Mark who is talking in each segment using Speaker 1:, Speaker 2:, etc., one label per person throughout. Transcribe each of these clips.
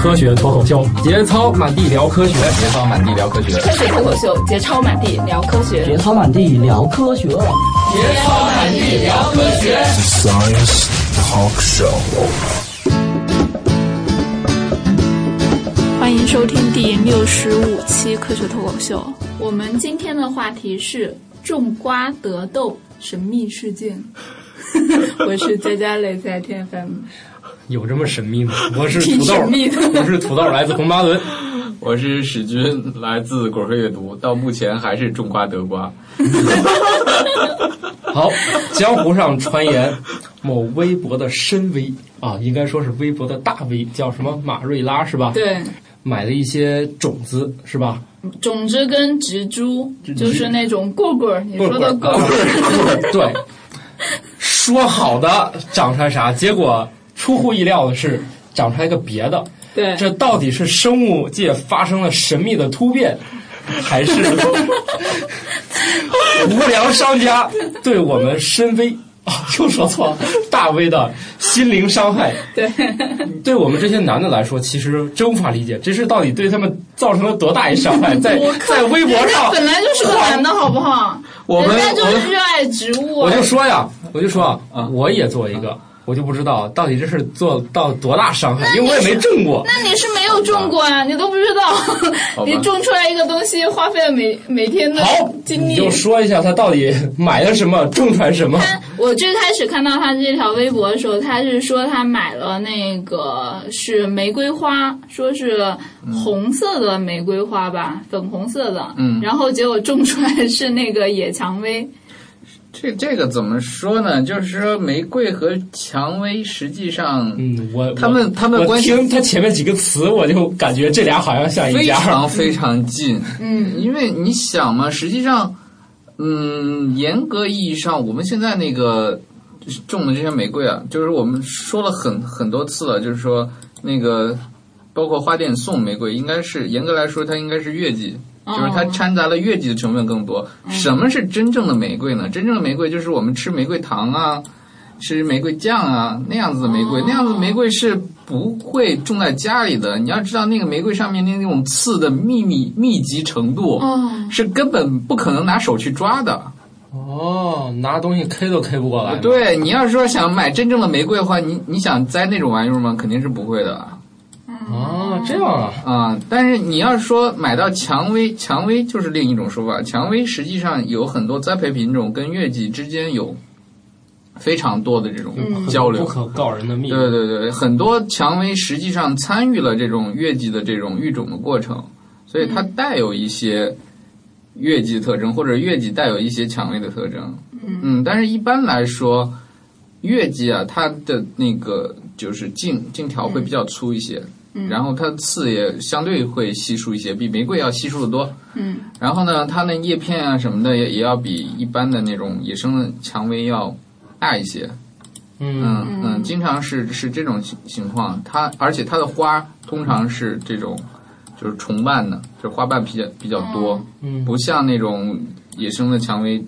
Speaker 1: 科学脱口秀，节操满地聊科学，
Speaker 2: 节操满地聊科学，
Speaker 3: 科学脱口秀，节操满地聊科学，
Speaker 4: 节操满地聊科学，节
Speaker 5: 操满地聊科学。
Speaker 6: Science Talk Show，
Speaker 7: 欢迎收听第六十五期科学脱口秀。我们今天的话题是种瓜得豆神秘事件。 我是佳佳磊，在天 FM。
Speaker 1: 有这么神秘吗？我是土豆， 我是土豆，来自红巴伦。
Speaker 8: 我是史军，来自果壳阅读，到目前还是种瓜得瓜。
Speaker 1: 好，江湖上传言某微博的深 V 啊，应该说是微博的大 V，叫什么马瑞拉是吧？
Speaker 7: 对，
Speaker 1: 买了一些种子是吧？
Speaker 7: 种子跟植株，就是那种棍棍，你说的棍棍。
Speaker 1: 对，说好的长出来啥，结果。出乎意料的是，长出来个别的。
Speaker 7: 对，
Speaker 1: 这到底是生物界发生了神秘的突变，还是无良商家对我们深 V 啊，又说错了，大 V 的心灵伤害？
Speaker 7: 对，
Speaker 1: 对我们这些男的来说，其实真无法理解，这是到底对他们造成了多大一伤害？在在微博上，
Speaker 7: 本来就是个男的，好不好？
Speaker 1: 我们
Speaker 7: 人家就是热爱植物、啊。
Speaker 1: 我就说呀，我就说啊，我也做一个。我就不知道到底这是做到多大伤害，因为我也没种过。
Speaker 7: 那你是没有种过啊，你都不知道，你种出来一个东西，花费了每每天的精力。
Speaker 1: 你就说一下他到底买了什么，种出来什么。
Speaker 7: 他我最开始看到他这条微博的时候，他是说他买了那个是玫瑰花，说是红色的玫瑰花吧，粉红色的。
Speaker 8: 嗯。
Speaker 7: 然后结果种出来是那个野蔷薇。
Speaker 8: 这这个怎么说呢？就是说，玫瑰和蔷薇实际上，
Speaker 1: 嗯，我
Speaker 8: 他们他们关系，
Speaker 1: 他前面几个词，我就感觉这俩好像像一
Speaker 8: 家，非常非常近。
Speaker 7: 嗯，
Speaker 8: 因为你想嘛，实际上，嗯，严格意义上，我们现在那个种的这些玫瑰啊，就是我们说了很很多次了，就是说那个包括花店送玫瑰，应该是严格来说，它应该是月季。就是它掺杂了月季的成分更多。什么是真正的玫瑰呢？真正的玫瑰就是我们吃玫瑰糖啊，吃玫瑰酱啊那样子的玫瑰。那样子的玫瑰是不会种在家里的。你要知道，那个玫瑰上面那种刺的密密密集程度，是根本不可能拿手去抓的。
Speaker 1: 哦，拿东西 K 都 K 不过来。
Speaker 8: 对你要说想买真正的玫瑰的话，你你想栽那种玩意儿吗？肯定是不会的。
Speaker 1: 哦、啊，这样啊
Speaker 8: 啊、嗯！但是你要说买到蔷薇，蔷薇就是另一种说法。蔷薇实际上有很多栽培品种跟月季之间有非常多的这种嗯交流，
Speaker 1: 不可告人的秘密。
Speaker 8: 对对对，很多蔷薇实际上参与了这种月季的这种育种的过程，所以它带有一些月季特征，或者月季带有一些蔷薇的特征。嗯，但是一般来说，月季啊，它的那个就是茎茎条会比较粗一些。然后它刺也相对会稀疏一些，比玫瑰要稀疏的多。
Speaker 7: 嗯。
Speaker 8: 然后呢，它的叶片啊什么的也也要比一般的那种野生的蔷薇要大一些。
Speaker 1: 嗯
Speaker 8: 嗯嗯，经常是是这种情情况。它而且它的花通常是这种，就是重瓣的，就是花瓣比较比较
Speaker 7: 哦
Speaker 8: 多。
Speaker 1: 嗯。
Speaker 8: 不像那种野生的蔷薇。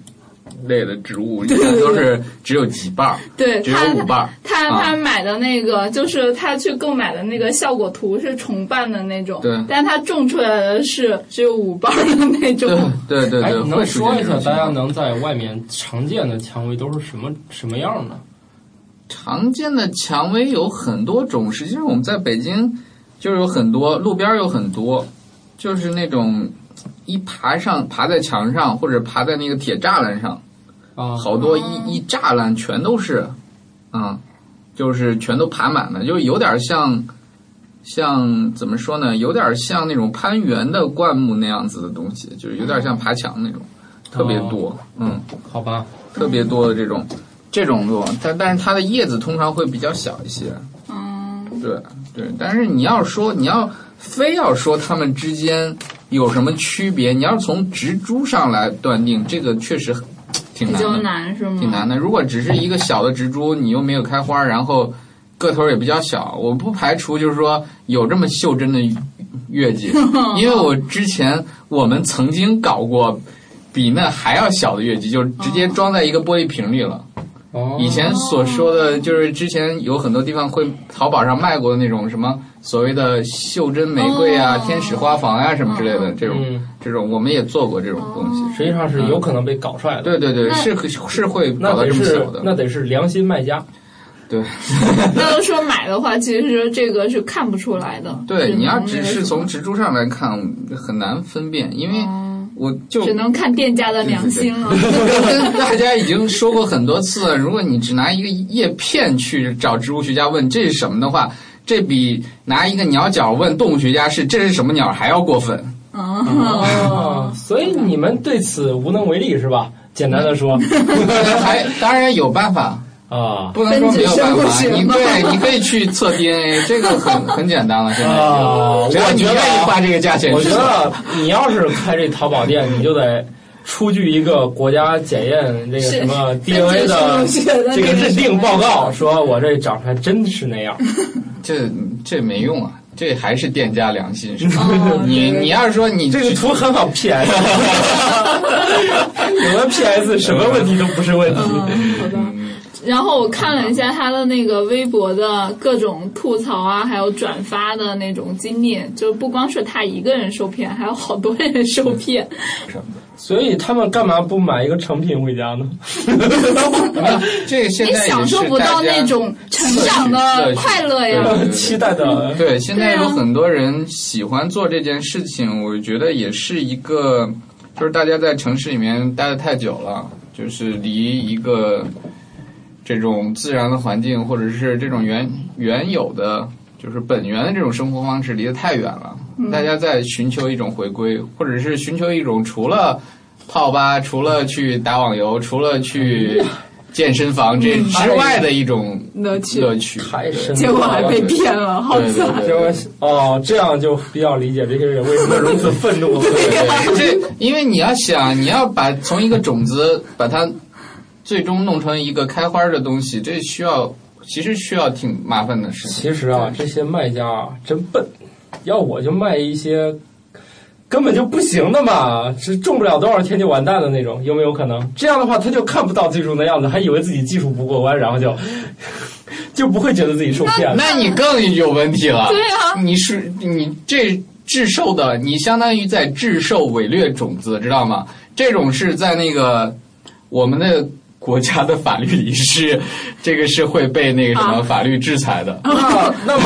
Speaker 8: 类的植物一般都是只有几瓣儿，
Speaker 7: 对，
Speaker 8: 只有五瓣儿。啊
Speaker 7: 他
Speaker 8: 他
Speaker 7: 买的那个、啊、就是他去购买的那个效果图是重瓣的那种，
Speaker 8: 对，
Speaker 7: 但他种出来的是只有五瓣的那种。
Speaker 8: 对 对对对，
Speaker 1: 哎能说一下大家能在外面常见的蔷薇都是什么什么样的？
Speaker 8: 常见的蔷薇有很多种，实际上我们在北京就有很多，路边有很多，就是那种。一爬上爬在墙上，或者爬在那个铁栅栏上，
Speaker 1: 啊，
Speaker 8: 好多一一栅栏全都是，嗯，就是全都爬满了，就有点像，像怎么说呢？有点像那种攀援的灌木那样子的东西，就是有点像爬墙那种，特别多，嗯，
Speaker 1: 好吧，
Speaker 8: 特别多的这种这种落，但但是它的叶子通常会比较小一些，
Speaker 7: 嗯，
Speaker 8: 对对，但是你要说你要非要说它们之间。有什么区别？你要是从植株上来断定，这个确实挺
Speaker 7: 难的，比较难是吗？
Speaker 8: 挺难的。
Speaker 1: 嗯
Speaker 8: 如果只是一个小的植株，你又没有开花，然后个头也比较小，我不排除就是说有这么袖珍的月 季，因为我之前我们曾经搞过比那还要小的月季，就直接装在一个玻璃瓶里了。
Speaker 1: 哦，
Speaker 8: 以前所说的就是之前有很多地方会淘宝上卖过的那种什么所谓的袖珍玫瑰啊、
Speaker 7: 哦
Speaker 8: 天使花房啊什么之类的这种
Speaker 1: 嗯，哦
Speaker 8: 这种，我们也做过这种东西。
Speaker 1: 实际上是有可能被搞出来的。
Speaker 8: 对对对，
Speaker 7: 那
Speaker 8: 是是会嗯搞
Speaker 1: 那
Speaker 8: 到
Speaker 1: 得
Speaker 8: 这么
Speaker 1: 是
Speaker 8: 小的。
Speaker 1: 那得是良心卖家，
Speaker 8: 对
Speaker 7: 那要说买的话，其实这个是看不出来的。
Speaker 8: 对，
Speaker 7: 能
Speaker 8: 你要
Speaker 7: 那
Speaker 8: 只
Speaker 7: 个
Speaker 8: 是
Speaker 7: 什么
Speaker 8: 从植株上来看，很难分辨，因为
Speaker 7: 哦
Speaker 8: 我就
Speaker 7: 只能看店家的良心 了。
Speaker 8: 跟 大家已经说过很多次了，如果你只拿一个叶片去找植物学家问这是什么的话，这比拿一个鸟角问动物学家是这是什么鸟还要 过分。
Speaker 1: 啊，
Speaker 7: 哦，
Speaker 1: 所以你们对此无能为力是吧？简单的 说
Speaker 8: 还当然有办法，
Speaker 1: 啊
Speaker 8: 不能说没有办
Speaker 7: 分子
Speaker 8: 法。
Speaker 7: 生物学
Speaker 8: 你
Speaker 7: 吗
Speaker 8: 对，你可以去测 DNA，这个很很简单了。现在已经
Speaker 1: 啊，我
Speaker 8: 只
Speaker 1: 觉
Speaker 8: 要你愿意
Speaker 1: 得
Speaker 8: 花这个价钱
Speaker 1: 我
Speaker 8: 去
Speaker 1: 觉
Speaker 8: 测，
Speaker 1: 得你要是开这淘宝店，你就得出具一个国家检验这个什么 DNA 的这个认定报告，说我这长得还真是那样。
Speaker 8: 这这没用啊，这还是店家良心。是吧
Speaker 7: 哦
Speaker 8: 你
Speaker 7: 对对
Speaker 8: 你要是说你
Speaker 1: 这个图很好 PS，有了 PS 什么问题都不是问题。
Speaker 7: 嗯，好的。然后我看了一下他的那个微博的各种吐槽啊，还有转发的那种经历，就不光是他一个人受骗，还有好多人受骗。
Speaker 1: 所以他们干嘛不买一个成品回家呢？
Speaker 8: 这个现
Speaker 7: 你
Speaker 8: 在也
Speaker 7: 享
Speaker 8: 是
Speaker 7: 受不
Speaker 8: 大
Speaker 7: 到
Speaker 8: 家
Speaker 7: 那种成长的快乐呀。
Speaker 8: 对对
Speaker 1: 期待的
Speaker 8: 对，现
Speaker 7: 对
Speaker 8: 在
Speaker 7: 啊
Speaker 8: 有很多人喜欢做这件事情，我觉得也是一个，就是大家在城市里面待的太久了，就是离一个这种自然的环境，或者是这种原原有的，就是本源的这种生活方式离得太远了。
Speaker 2: 嗯
Speaker 8: 大家在寻求一种回归，或者是寻求一种除了泡吧，除了去打网游，除了
Speaker 2: 嗯
Speaker 8: 去健身房这之外的一种
Speaker 2: 乐趣
Speaker 8: 乐趣。
Speaker 1: 太深了，
Speaker 2: 结果还被骗了，嗯好
Speaker 8: 对对
Speaker 2: 惨！
Speaker 8: 对
Speaker 1: 结果哦，这样就比较理解这些人为什么如此愤怒。
Speaker 8: 对，这因为你要想，你要把从一个种子把它最终弄成一个开花的东西，这需要其实需要挺麻烦的事情。
Speaker 1: 其实啊，这些卖家啊真笨，要我就卖一些根本就不行的嘛，是种不了多少天就完蛋的那种，有没有可能？这样的话，他就看不到最终的样子，还以为自己技术不过关，然后就 就不会觉得自己受骗了。
Speaker 8: 那你更有问题了。
Speaker 7: 对啊，
Speaker 8: 你是你这制售的，你相当于在制售伪劣种子，知道吗？这种是在那个我们的国家的法律里是，这个是会被那个什
Speaker 7: 啊
Speaker 8: 么法律制 裁的。
Speaker 1: 那那么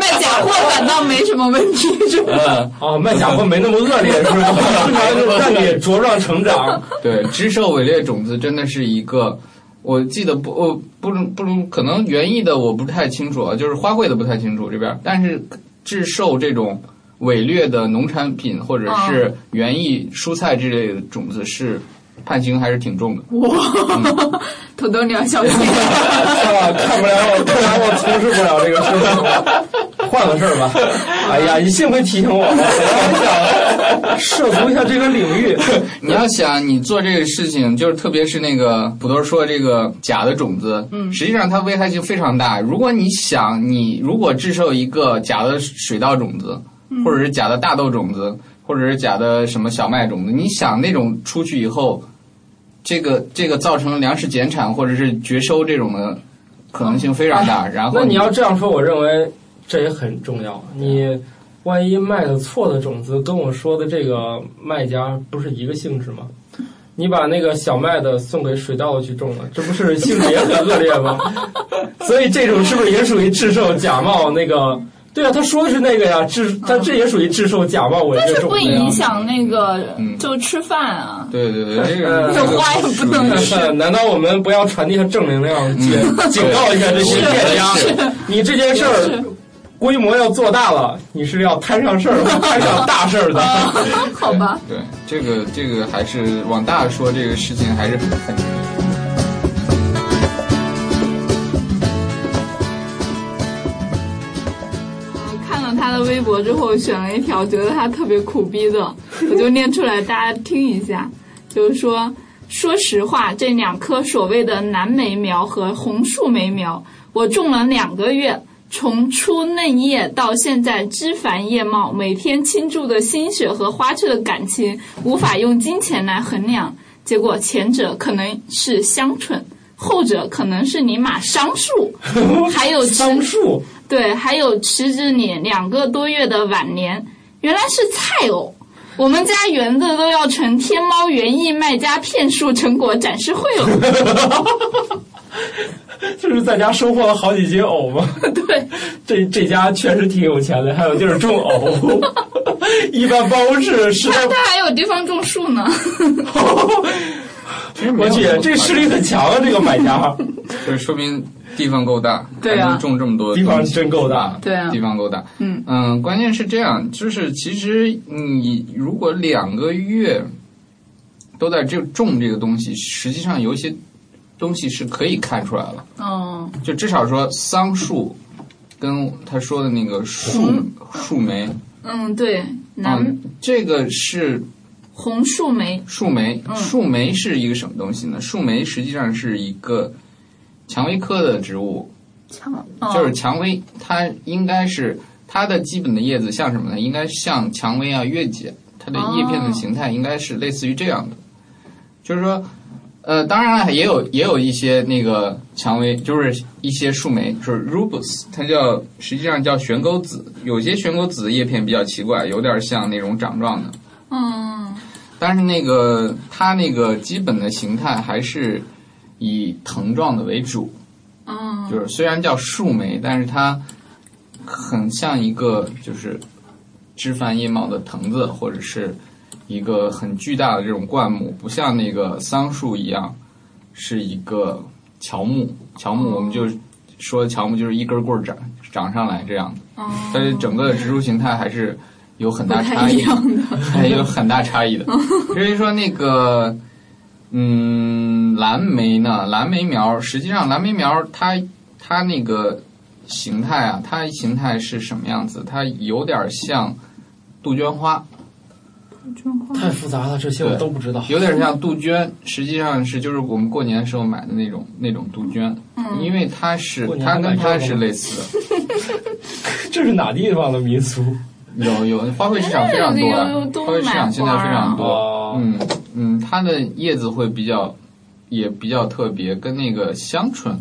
Speaker 2: 卖假货反倒没什么问题，是吧？
Speaker 8: 嗯，
Speaker 1: 啊，卖假货没那么恶劣，是吧？正常就是让你茁壮成长。
Speaker 8: 对，知兽伪劣种子真的是一个，我记得不，呃，不能不能，可能园艺的我不太清楚啊，就是花卉的不太清楚这边儿，但是制兽这种伪劣的农产品或者是园艺蔬菜之类的种子是判刑还是挺重的。
Speaker 2: 土豆你要 小心。
Speaker 1: 啊，看不了我，看来我从事不了这个事情，换个事儿吧。哎呀，你幸亏提醒我了，我要想涉足一下这个领域。
Speaker 8: 你要想你做这个事情，就是特别是那个土豆说这个假的种子，嗯，实际上它危害性非常大。如果你想你如果制售一个假的水稻种子，或者是假的大豆种子，或者是假的什么小麦种子，你想那种出去以后，这个这个造成粮食减产或者是绝收这种的可能性非常大。然后
Speaker 1: 那你要这样说，我认为这也很重要。你万一卖的错的种子，跟我说的这个卖家不是一个性质吗？你把那个小麦的送给水稻去种了，这不是性质也很恶劣吗？ 所以这种是不是也属于制售假冒那个？对啊，他说的是那个呀，制，但这也属于制售假冒伪劣
Speaker 7: 这
Speaker 1: 种
Speaker 7: 不
Speaker 1: 子呀。
Speaker 7: 影响那个
Speaker 8: 嗯
Speaker 7: 就吃饭啊。
Speaker 8: 对对对，这个
Speaker 1: 呃
Speaker 8: 这个
Speaker 2: 花也不 能
Speaker 8: 属于
Speaker 1: 难道我们不要传递一下正能量，警警告一下这些店家？你这件事儿规模要做大了，你是要摊上事儿，摊上大事儿的。
Speaker 7: 好吧，
Speaker 8: 对，这个这个还是往大了说，这个事情还是很很。
Speaker 7: 我看了他的微博之后，选了一条觉得他特别苦逼的，我就念出来，大家听一下。就是说，说实话，这两棵所谓的蓝莓苗和红树莓苗，我种了两个月，从出嫩叶到现在枝繁叶茂，每天倾注的心血和花去的感情，无法用金钱来衡量。结果前者可能是香椿，后者可能是你马桑树，还有吃
Speaker 1: 桑树，
Speaker 7: 对，还有迟至你两个多月的晚年，原来是菜偶。我们家园子都要成天猫园艺卖家骗术成果展示会了。
Speaker 1: 就是在家收获了好几斤藕嘛。
Speaker 7: 对，
Speaker 1: 这这家确实挺有钱的，还有地儿种藕。一般办公室实在
Speaker 7: 它它还有地方种树 呢。
Speaker 8: 其实没
Speaker 1: 我
Speaker 8: 有
Speaker 1: 去
Speaker 8: 那么，
Speaker 1: 这
Speaker 8: 夸张
Speaker 1: 势力很强啊！这个买家
Speaker 8: 就是说明地方够大，
Speaker 7: 对啊
Speaker 8: 还能种这么多
Speaker 1: 地方
Speaker 8: 东西
Speaker 1: 真够大，
Speaker 7: 对啊
Speaker 8: 地方够大。
Speaker 7: 嗯
Speaker 8: 嗯，关键是这样，就是其实你如果两个月都在这种这个东西，实际上有一些东西是可以看出来了，
Speaker 7: 嗯，
Speaker 8: 就至少说桑树跟他说的那个树树莓，
Speaker 7: 嗯，对，南、
Speaker 8: 嗯，这个是
Speaker 7: 红树莓，
Speaker 8: 树莓，
Speaker 7: 嗯
Speaker 8: 树莓是一个什么东西呢？树莓实际上是一个蔷薇科的植物，
Speaker 7: 嗯、
Speaker 8: 就是蔷薇，它应该是它的基本的叶子像什么呢？应该像蔷薇啊、月季，它的叶片的形态应该是类似于这样的。就是说，呃，当然了，也有也有一些那个蔷薇，就是一些树莓，就是 rubus，它叫实际上叫悬钩子。有些悬钩子的叶片比较奇怪，有点像那种掌状的，
Speaker 7: 嗯，
Speaker 8: 但是那个它那个基本的形态还是以藤状的为主。
Speaker 7: 嗯，
Speaker 8: 就是虽然叫树莓，但是它很像一个就是枝繁叶茂的藤子，或者是一个很巨大的这种灌木，不像那个桑树一样是一个乔木。乔
Speaker 7: 哦
Speaker 8: 木我们就说乔木就是一根棍儿长长上来这样的，
Speaker 7: 嗯，
Speaker 8: 但是整个的植株形态还是有很
Speaker 7: 不
Speaker 8: 大啊差
Speaker 7: 太一
Speaker 8: 异。
Speaker 7: 样的。
Speaker 8: 还有很大差异的。至于说那个，嗯，蓝莓呢，蓝莓苗，实际上蓝莓苗它它那个形态啊，它形态是什么样子？它有点像杜鹃花，
Speaker 1: 太复杂了，这些我
Speaker 8: 对
Speaker 1: 都不知道。
Speaker 8: 有点像杜鹃，实际上是就是我们过年的时候买的那种那种杜鹃，因为它是
Speaker 1: 过年
Speaker 8: 它
Speaker 1: 还买
Speaker 8: 跟它
Speaker 1: 这个
Speaker 8: 是
Speaker 1: 吗
Speaker 8: 类似的，
Speaker 1: 这是哪地方的民俗？
Speaker 8: 有有花卉市场非常多啊
Speaker 7: 那个，都
Speaker 8: 花卉市场现在非常多。
Speaker 1: 哦，
Speaker 8: 嗯嗯，它的叶子会比较，也比较特别，跟那个香椿，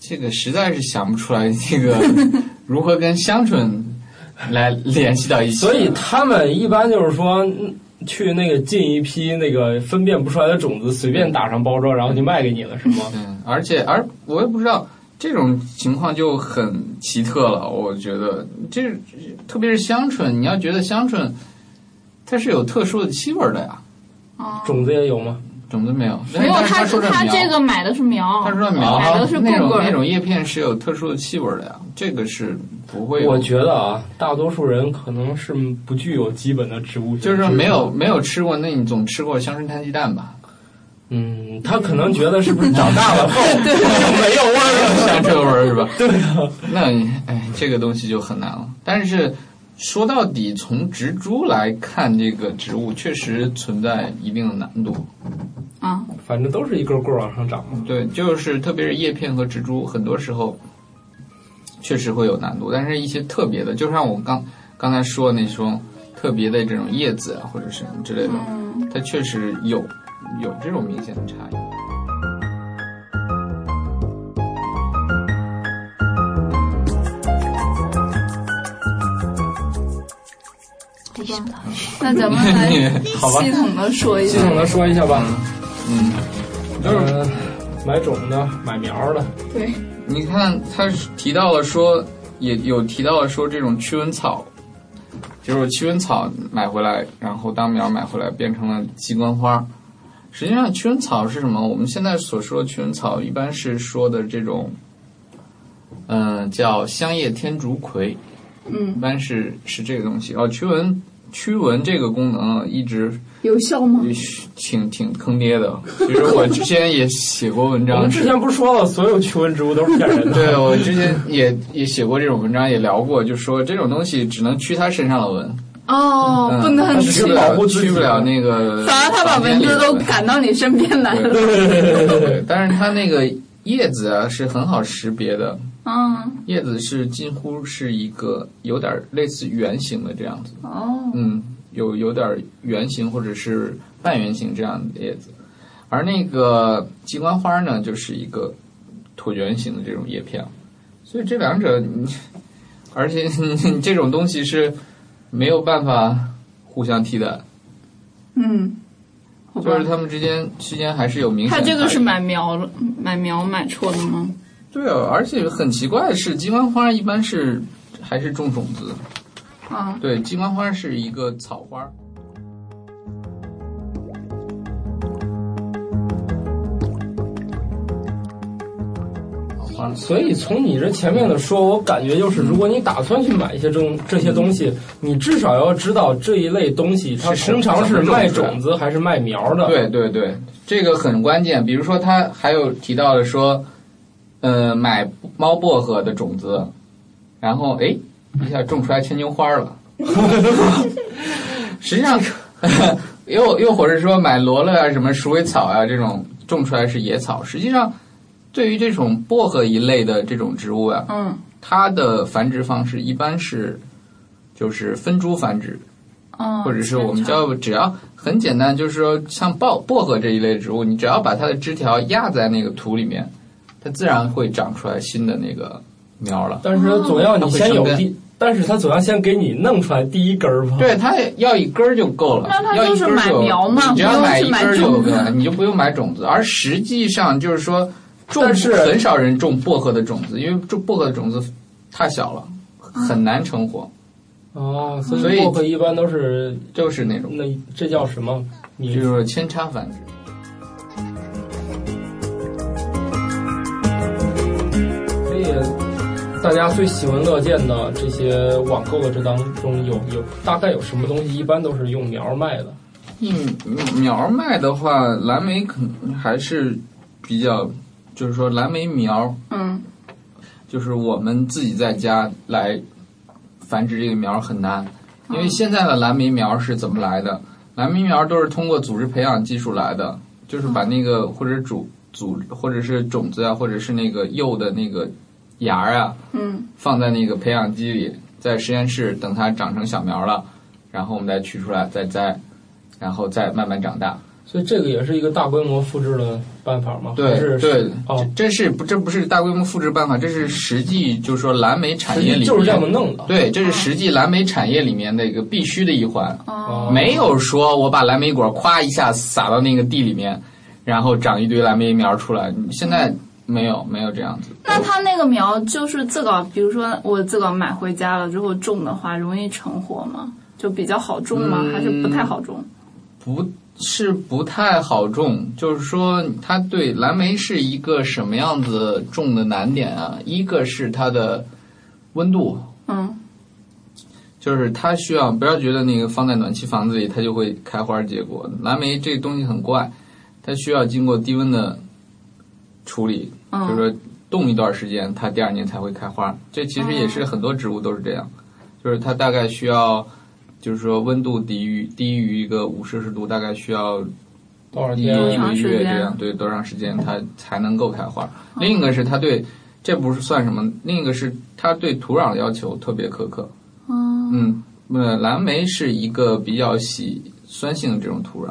Speaker 8: 这个实在是想不出来这 个如何跟香椿来联系到一起。
Speaker 1: 所以他们一般就是说。嗯去那个进一批那个分辨不出来的种子，随便打上包装，然后就卖给你了，是吗？
Speaker 8: 嗯，而且而我也不知道这种情况就很奇特了，我觉得这特别是香椿，你要觉得香椿它是有特殊的气味儿的呀，
Speaker 7: 嗯
Speaker 1: 种子也有吗？
Speaker 8: 种子没有，
Speaker 7: 没有，
Speaker 8: 但是
Speaker 7: 他
Speaker 8: 它说
Speaker 7: 他
Speaker 8: 苗
Speaker 7: 这个买的是苗，
Speaker 8: 它说苗啊
Speaker 7: 买的是
Speaker 8: 那种
Speaker 7: 棍棍
Speaker 8: 那
Speaker 7: 儿
Speaker 8: 种叶片是有特殊的气味儿的呀，这个是不会有。
Speaker 1: 我觉得啊，大多数人可能是不具有基本的植物学知
Speaker 8: 就
Speaker 1: 识，
Speaker 8: 是说没有没有吃过，那你总吃过香椿摊鸡蛋吧？
Speaker 1: 嗯，他可能觉得是不是长大 了后没有味儿了？
Speaker 8: 香椿味儿是吧？
Speaker 1: 对啊，
Speaker 8: 那你哎，这个东西就很难了。但是说到底，从植株来看，这个植物确实存在一定的难度。
Speaker 7: 啊，
Speaker 1: 反正都是一根棍儿往上长嘛。
Speaker 8: 对，就是特别是叶片和植株，很多时候确实会有难度。但是一些特别的，就像我刚刚才说那种特别的这种叶子啊，或者什么之类的，它确实有有这种明显的差异。
Speaker 7: 那咱们 来系统的说一
Speaker 1: 系
Speaker 7: 下，
Speaker 1: 统的说一下吧，
Speaker 8: 嗯，就是
Speaker 1: 嗯，买种的，买苗的，
Speaker 7: 对，
Speaker 8: 你看，他是提到了说，也有提到了说这种驱蚊草，就是驱蚊草买回来，然后当苗买回来变成了鸡冠花。实际上，驱蚊草是什么？我们现在所说的驱蚊草，一般是说的这种，嗯、叫香叶天竺葵，
Speaker 7: 嗯
Speaker 8: 一般是是这个东西。哦，驱蚊驱蚊这个功能啊一直
Speaker 2: 有效吗？
Speaker 8: 挺挺坑爹的。其实我之前也写过文
Speaker 1: 我
Speaker 8: 章
Speaker 1: 们，之前不是说了，所有驱蚊植物都是骗人的。
Speaker 8: 对，我之前也也写过这种文章，也聊过，就说这种东西只能驱它身上的蚊，
Speaker 2: 哦，
Speaker 8: 嗯
Speaker 2: 不能
Speaker 1: 它只
Speaker 8: 驱
Speaker 1: 是
Speaker 8: 不了
Speaker 1: 保护自己
Speaker 8: 驱不了那个
Speaker 2: 反而他把
Speaker 8: 房间
Speaker 2: 蚊
Speaker 8: 里的
Speaker 2: 子
Speaker 8: 蚊
Speaker 2: 都赶到你身边来了。
Speaker 8: 对，对但是它那个叶子啊是很好识别的，
Speaker 7: 嗯，
Speaker 8: 叶子是近乎是一个有点类似圆形的这样子，
Speaker 7: 哦，
Speaker 8: 嗯，有有点圆形或者是半圆形这样的叶子。而那个鸡冠花呢，就是一个椭圆形的这种叶片，所以这两者，你而且你这种东西是没有办法互相替代，
Speaker 7: 嗯，好吧
Speaker 8: 就是它们之间之间还是有明显
Speaker 7: 他
Speaker 8: 的差异。
Speaker 7: 这个是买苗了，买苗买错的吗？
Speaker 8: 对啊，而且很奇怪的是，鸡冠花一般是还是种种子，
Speaker 7: 啊，
Speaker 8: 对，鸡冠花是一个草花儿。草花儿
Speaker 1: 所以从你这前面的说，我感觉就是，如果你打算去买一些这
Speaker 8: 嗯
Speaker 1: 种这些东西，你至少要知道这一类东西它
Speaker 8: 是
Speaker 1: 通常
Speaker 8: 怎么
Speaker 1: 是
Speaker 8: 种
Speaker 1: 卖
Speaker 8: 出来
Speaker 1: 种子还是卖苗 的。，
Speaker 8: 对对对，这个很关键。比如说，他还有提到了说，呃，买猫薄荷的种子，然后哎，一下种出来牵牛花了。实际上， 又又或者说买罗勒啊、什么鼠尾草啊这种种出来是野草。实际上，对于这种薄荷一类的这种植物啊，
Speaker 7: 嗯，
Speaker 8: 它的繁殖方式一般是就是分株繁殖。
Speaker 7: 啊，
Speaker 8: 或者是我们叫只要很简单，就是说像薄薄荷这一类植物，你只要把它的枝条压在那个土里面，它自然会长出来新的那个苗
Speaker 7: 哦
Speaker 8: 了。
Speaker 1: 但是它总要你先有
Speaker 8: 它哦会生
Speaker 1: 第，但是它总要先给你弄出来第一根儿吧？
Speaker 8: 对，它要一根儿就够了。
Speaker 7: 那它
Speaker 8: 要一
Speaker 7: 就是
Speaker 8: 根儿
Speaker 7: 买苗嘛
Speaker 8: 你只要
Speaker 7: 不用
Speaker 8: 买
Speaker 7: 去
Speaker 8: 一根
Speaker 7: 买
Speaker 8: 儿就
Speaker 7: 种
Speaker 8: 够
Speaker 7: 子
Speaker 8: 了，你就不用买种子。而实际上就是说，种
Speaker 1: 但是
Speaker 8: 很少人种薄荷的种子，因为种薄荷的种子太小了，
Speaker 7: 嗯
Speaker 8: 很难成活，
Speaker 1: 哦，所
Speaker 8: 所
Speaker 1: 以
Speaker 8: 以
Speaker 1: 薄荷一般都是
Speaker 8: 就是那种，
Speaker 1: 那这叫什么
Speaker 8: 就
Speaker 1: 名
Speaker 8: 是
Speaker 1: 字？
Speaker 8: 说扦插繁殖。
Speaker 1: 所以大家最喜闻乐见的这些网购的这当中有有大概有什么东西，一般都是用苗卖的。
Speaker 8: 一嗯苗卖的话，蓝莓可能还是比较，就是说蓝莓苗，
Speaker 7: 嗯
Speaker 8: 就是我们自己在家来繁殖这个苗很难，因为现在的蓝莓苗是怎么来的？蓝莓苗都是通过组织培养技术来的，就是把那个或者主组或者是种子啊，或者是那个幼的那个芽儿啊，
Speaker 7: 嗯
Speaker 8: 放在那个培养基里，在实验室等它长成小苗了，然后我们再取出来再栽，然后再慢慢长大。
Speaker 1: 所以这个也是一个大规模复制的办法吗？还
Speaker 8: 对
Speaker 1: 是
Speaker 8: 对，
Speaker 1: 哦，
Speaker 8: 这是不这不是大规模复制办法，这是实际就是说蓝莓产业里面
Speaker 1: 就是这么弄的。
Speaker 8: 对，这是实际蓝莓产业里面的一个必须的一环，
Speaker 1: 哦
Speaker 8: 没有说我把蓝莓果夸一下撒到那个地里面，然后长一堆蓝莓苗出来，现在没有没有这样子。
Speaker 7: 那它那个苗就是自个儿，比如说我自个儿买回家了之后种的话，容易成活吗？就比较好种吗？
Speaker 8: 嗯
Speaker 7: 还是不太好种？
Speaker 8: 不是不太好种，就是说它对蓝莓是一个什么样子种的难点啊？一个是它的温度，
Speaker 7: 嗯
Speaker 8: 就是它需要不要觉得那个放在暖气房子里它就会开花结果。蓝莓这个东西很怪，它需要经过低温的处理，就
Speaker 7: 嗯
Speaker 8: 是说冻一段时间，它第二年才会开花。这其实也是很多植物都是这样，就是它大概需要，就是说温度低于低于一个五摄氏度，大概需要
Speaker 1: 多少
Speaker 8: 一
Speaker 1: 天？
Speaker 8: 一
Speaker 7: 长
Speaker 8: 个
Speaker 7: 时
Speaker 8: 月
Speaker 7: 间
Speaker 8: 这样，对多长时间它才能够开花？另一个是它对，这不是算什么，另一个是它对土壤的要求特别苛刻。
Speaker 7: 嗯
Speaker 8: 嗯，呃，蓝莓是一个比较喜酸性的这种土壤，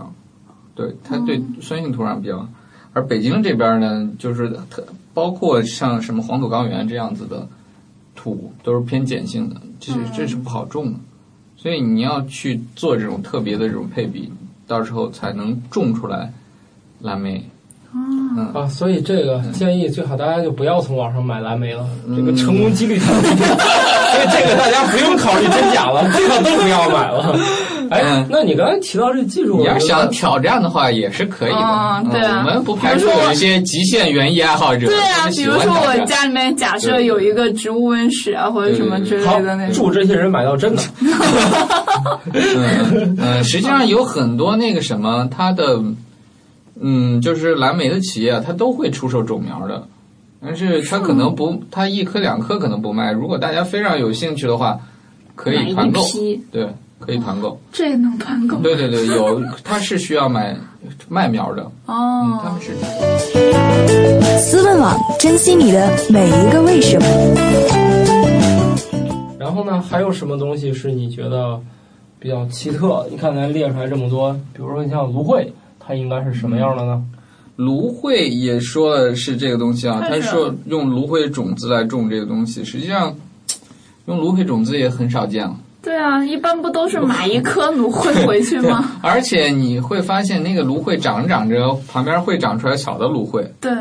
Speaker 8: 对它对
Speaker 7: 嗯
Speaker 8: 酸性土壤比较。而北京这边呢，就是特包括像什么黄土高原这样子的土，都是偏碱性的，这
Speaker 7: 嗯
Speaker 8: 是这是不好种的。所以你要去做这种特别的这种配比，到时候才能种出来蓝莓。
Speaker 1: 啊，所以这个建议最好大家就不要从网上买蓝莓了，这个
Speaker 8: 嗯
Speaker 1: 成功几率太低了， 所以这个大家不用考虑真假了，最好都不要买了。 哎
Speaker 8: 嗯，
Speaker 1: 那你刚才提到这技术，
Speaker 8: 你要
Speaker 1: 我觉得
Speaker 8: 想挑战的话，也是可以的。
Speaker 7: 哦对啊
Speaker 8: 嗯我们不排
Speaker 7: 比
Speaker 8: 除
Speaker 7: 如说
Speaker 8: 有一些极限园艺爱好者。
Speaker 7: 对啊，
Speaker 8: 他们
Speaker 7: 比
Speaker 8: 喜
Speaker 7: 如
Speaker 8: 欢
Speaker 7: 说
Speaker 8: 挑
Speaker 7: 我
Speaker 8: 战
Speaker 7: 家里面假设
Speaker 8: 对
Speaker 7: 有一个植物温室啊，或者什么之类
Speaker 1: 好
Speaker 7: 的那，种，
Speaker 1: 祝这些人买到真的。
Speaker 8: 嗯，呃实际上有很多那个什么，它的，嗯，就是蓝莓的企业啊，它都会出售种苗的，但是它可能不，它一颗两颗可能不卖。如果大家非常有兴趣的话，可以团购，对，可以团购，
Speaker 2: 这也能团购？
Speaker 8: 对对 对，有，它是需要买卖苗的，嗯，他
Speaker 7: 哦
Speaker 8: 们，是。
Speaker 9: 思问网，珍惜你的每一个为什么。
Speaker 1: 然后呢，还有什么东西是你觉得比较奇特？你看咱列出来这么多，比如说你像芦荟，它应该是什么样的呢？
Speaker 8: 芦荟也说了是这个东西啊，
Speaker 7: 它
Speaker 8: 他
Speaker 7: 是
Speaker 8: 说用芦荟种子来种这个东西，实际上用芦荟种子也很少见了。
Speaker 7: 对啊，一般不都是买一颗芦荟回去
Speaker 8: 对
Speaker 7: 吗？，
Speaker 8: 而且你会发现那个芦荟长着长着，旁边会长出来小的芦荟，
Speaker 7: 对，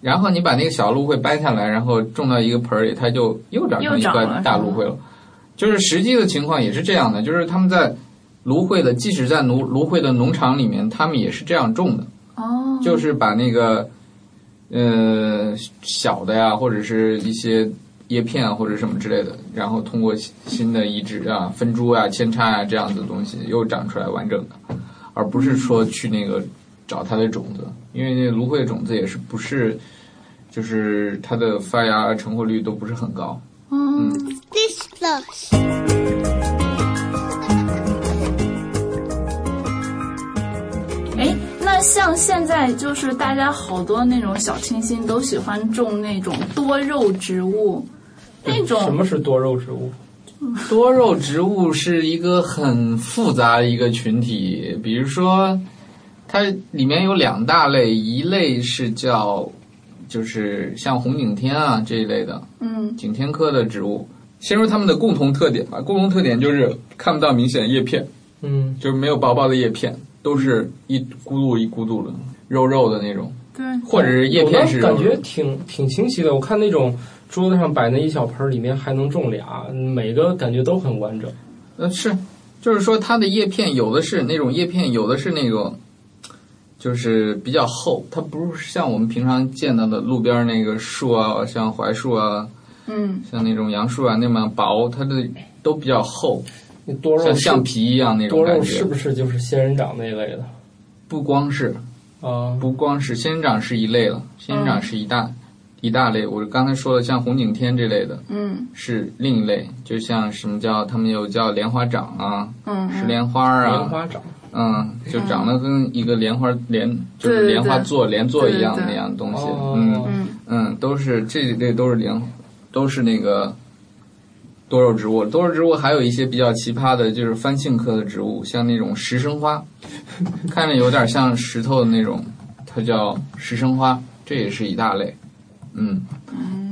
Speaker 8: 然后你把那个小芦荟掰下来，然后种到一个盆儿里，它就又长成
Speaker 7: 又
Speaker 8: 一
Speaker 7: 长
Speaker 8: 个
Speaker 7: 了
Speaker 8: 大
Speaker 7: 是吗
Speaker 8: 芦荟了。就是实际的情况也是这样的，就是他们在芦荟的，即使在芦芦荟的农场里面，他们也是这样种的，
Speaker 7: 哦，
Speaker 8: 就是把那个呃小的呀，或者是一些叶片啊，或者什么之类的，然后通过新新的移植啊、分株啊、扦插啊这样子的东西又长出来完整的，而不是说去那个找它的种子，因为那芦荟种子也是不是就是它的发芽成活率都不是很高。
Speaker 7: 哎，那像现在就是大家好多那种小清新都喜欢种那种多肉植物，那
Speaker 1: 什
Speaker 7: 种
Speaker 1: 么是多肉植物？
Speaker 8: 多肉植物是一个很复杂的一个群体，比如说，它里面有两大类，一类是叫就是像红景天啊这一类的
Speaker 7: 嗯
Speaker 8: 景天科的植物。先说它们的共同特点吧，共同特点就是看不到明显叶片，
Speaker 1: 嗯，
Speaker 8: 就是没有薄薄的叶片，都是一咕噜一咕噜的肉肉的那种，
Speaker 7: 对，
Speaker 8: 或者是叶
Speaker 1: 有
Speaker 8: 片
Speaker 1: 的
Speaker 8: 是肉
Speaker 1: 感
Speaker 8: 肉
Speaker 1: 觉挺挺清晰的。我看那种桌子上摆那一小盆儿，里面还能种俩，每个感觉都很完整。
Speaker 8: 呃，是，就是说它的叶片有的是那种叶片，有的是那种，就是比较厚，它不是像我们平常见到的路边儿那个树啊，像槐树啊，
Speaker 7: 嗯，
Speaker 8: 像那种杨树啊那么薄，它的都比较厚，
Speaker 1: 那多肉
Speaker 8: 像
Speaker 1: 是
Speaker 8: 橡皮一样那种
Speaker 1: 多
Speaker 8: 感
Speaker 1: 肉是
Speaker 8: 觉。
Speaker 1: 不是就是仙人掌那一类的
Speaker 8: 不光是，
Speaker 1: 啊？
Speaker 8: 不光是仙人掌是一类了，仙人掌
Speaker 1: 嗯
Speaker 8: 是一大、一大类。我刚才说的像红景天这类的
Speaker 7: 嗯
Speaker 8: 是另一类，就像什么叫他们有叫莲花掌啊，
Speaker 7: 嗯
Speaker 8: 石莲花儿啊，
Speaker 1: 莲花掌，
Speaker 8: 嗯，就长得跟一个莲花莲，就是
Speaker 7: 对对
Speaker 8: 莲花
Speaker 7: 对
Speaker 8: 座、莲座一样
Speaker 7: 对对
Speaker 8: 那
Speaker 7: 对
Speaker 8: 样的东西。
Speaker 1: 哦
Speaker 8: 嗯
Speaker 7: 嗯
Speaker 8: 嗯，都是这一类都是莲，都是那个多肉植物。多肉植物还有一些比较奇葩的，就是番杏科的植物，像那种石生花，看着有点像石头的那种，它叫石生花，这也是一大类。嗯，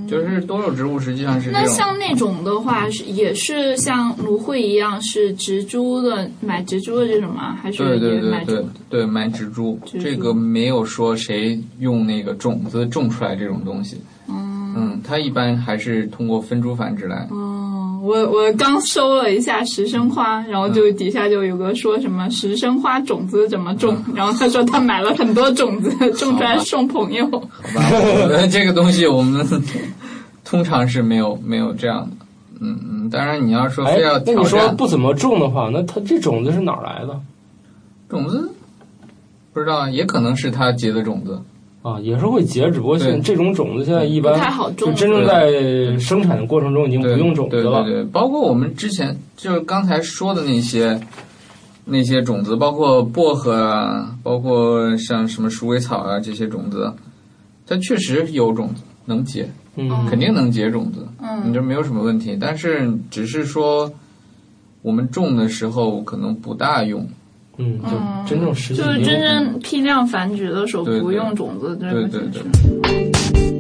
Speaker 8: 就是多肉植物实际上是这
Speaker 7: 那
Speaker 8: 种。
Speaker 7: 像那种的话，是也是像芦荟一样是植株的，买植株的这种吗？还是
Speaker 8: 对对
Speaker 7: 也
Speaker 8: 对
Speaker 7: 买种
Speaker 8: 对对，买植株，
Speaker 7: 植株
Speaker 8: 这个没有说谁用那个种子种出来这种东西。嗯它一般还是通过分株繁殖来。
Speaker 7: 嗯，我我刚搜了一下石生花，然后
Speaker 8: 嗯
Speaker 7: 就底下就有个说什么石生花种子怎么种，
Speaker 8: 嗯
Speaker 7: 然后他说他买了很多种子，种出来送朋友。
Speaker 8: 好吧，我们这个东西我们通常是没有没有这样的。嗯嗯，当然你要说
Speaker 1: 哎
Speaker 8: 非要，
Speaker 1: 那
Speaker 8: 挑
Speaker 1: 你说
Speaker 8: 战
Speaker 1: 不怎么种的话，那它这种子是哪儿来的
Speaker 8: 种子，不知道啊，也可能是它结的种子。
Speaker 1: 啊？也是会结，只不过现在
Speaker 8: 对
Speaker 1: 这种种子现在一
Speaker 7: 不太
Speaker 1: 般
Speaker 7: 好种
Speaker 1: 就真正在生产的过程中已经不
Speaker 8: 对
Speaker 1: 用种子了
Speaker 8: 对。对对，包括我们之前就是刚才说的那些那些种子，包括薄荷啊，包括像什么鼠尾草啊这些种子，它确实有种子能结，
Speaker 7: 哦
Speaker 1: 嗯，
Speaker 8: 肯定能结种子，你
Speaker 7: 嗯
Speaker 8: 这没有什么问题。但是只是说我们种的时候可能不大用，
Speaker 1: 嗯，就真正实际
Speaker 7: 哦就是
Speaker 1: 应
Speaker 7: 真
Speaker 1: 用
Speaker 7: 正批量繁殖的时候
Speaker 8: 对对
Speaker 7: 不用种子，这
Speaker 8: 对
Speaker 7: 个
Speaker 8: 对
Speaker 7: 真
Speaker 8: 对
Speaker 7: 是。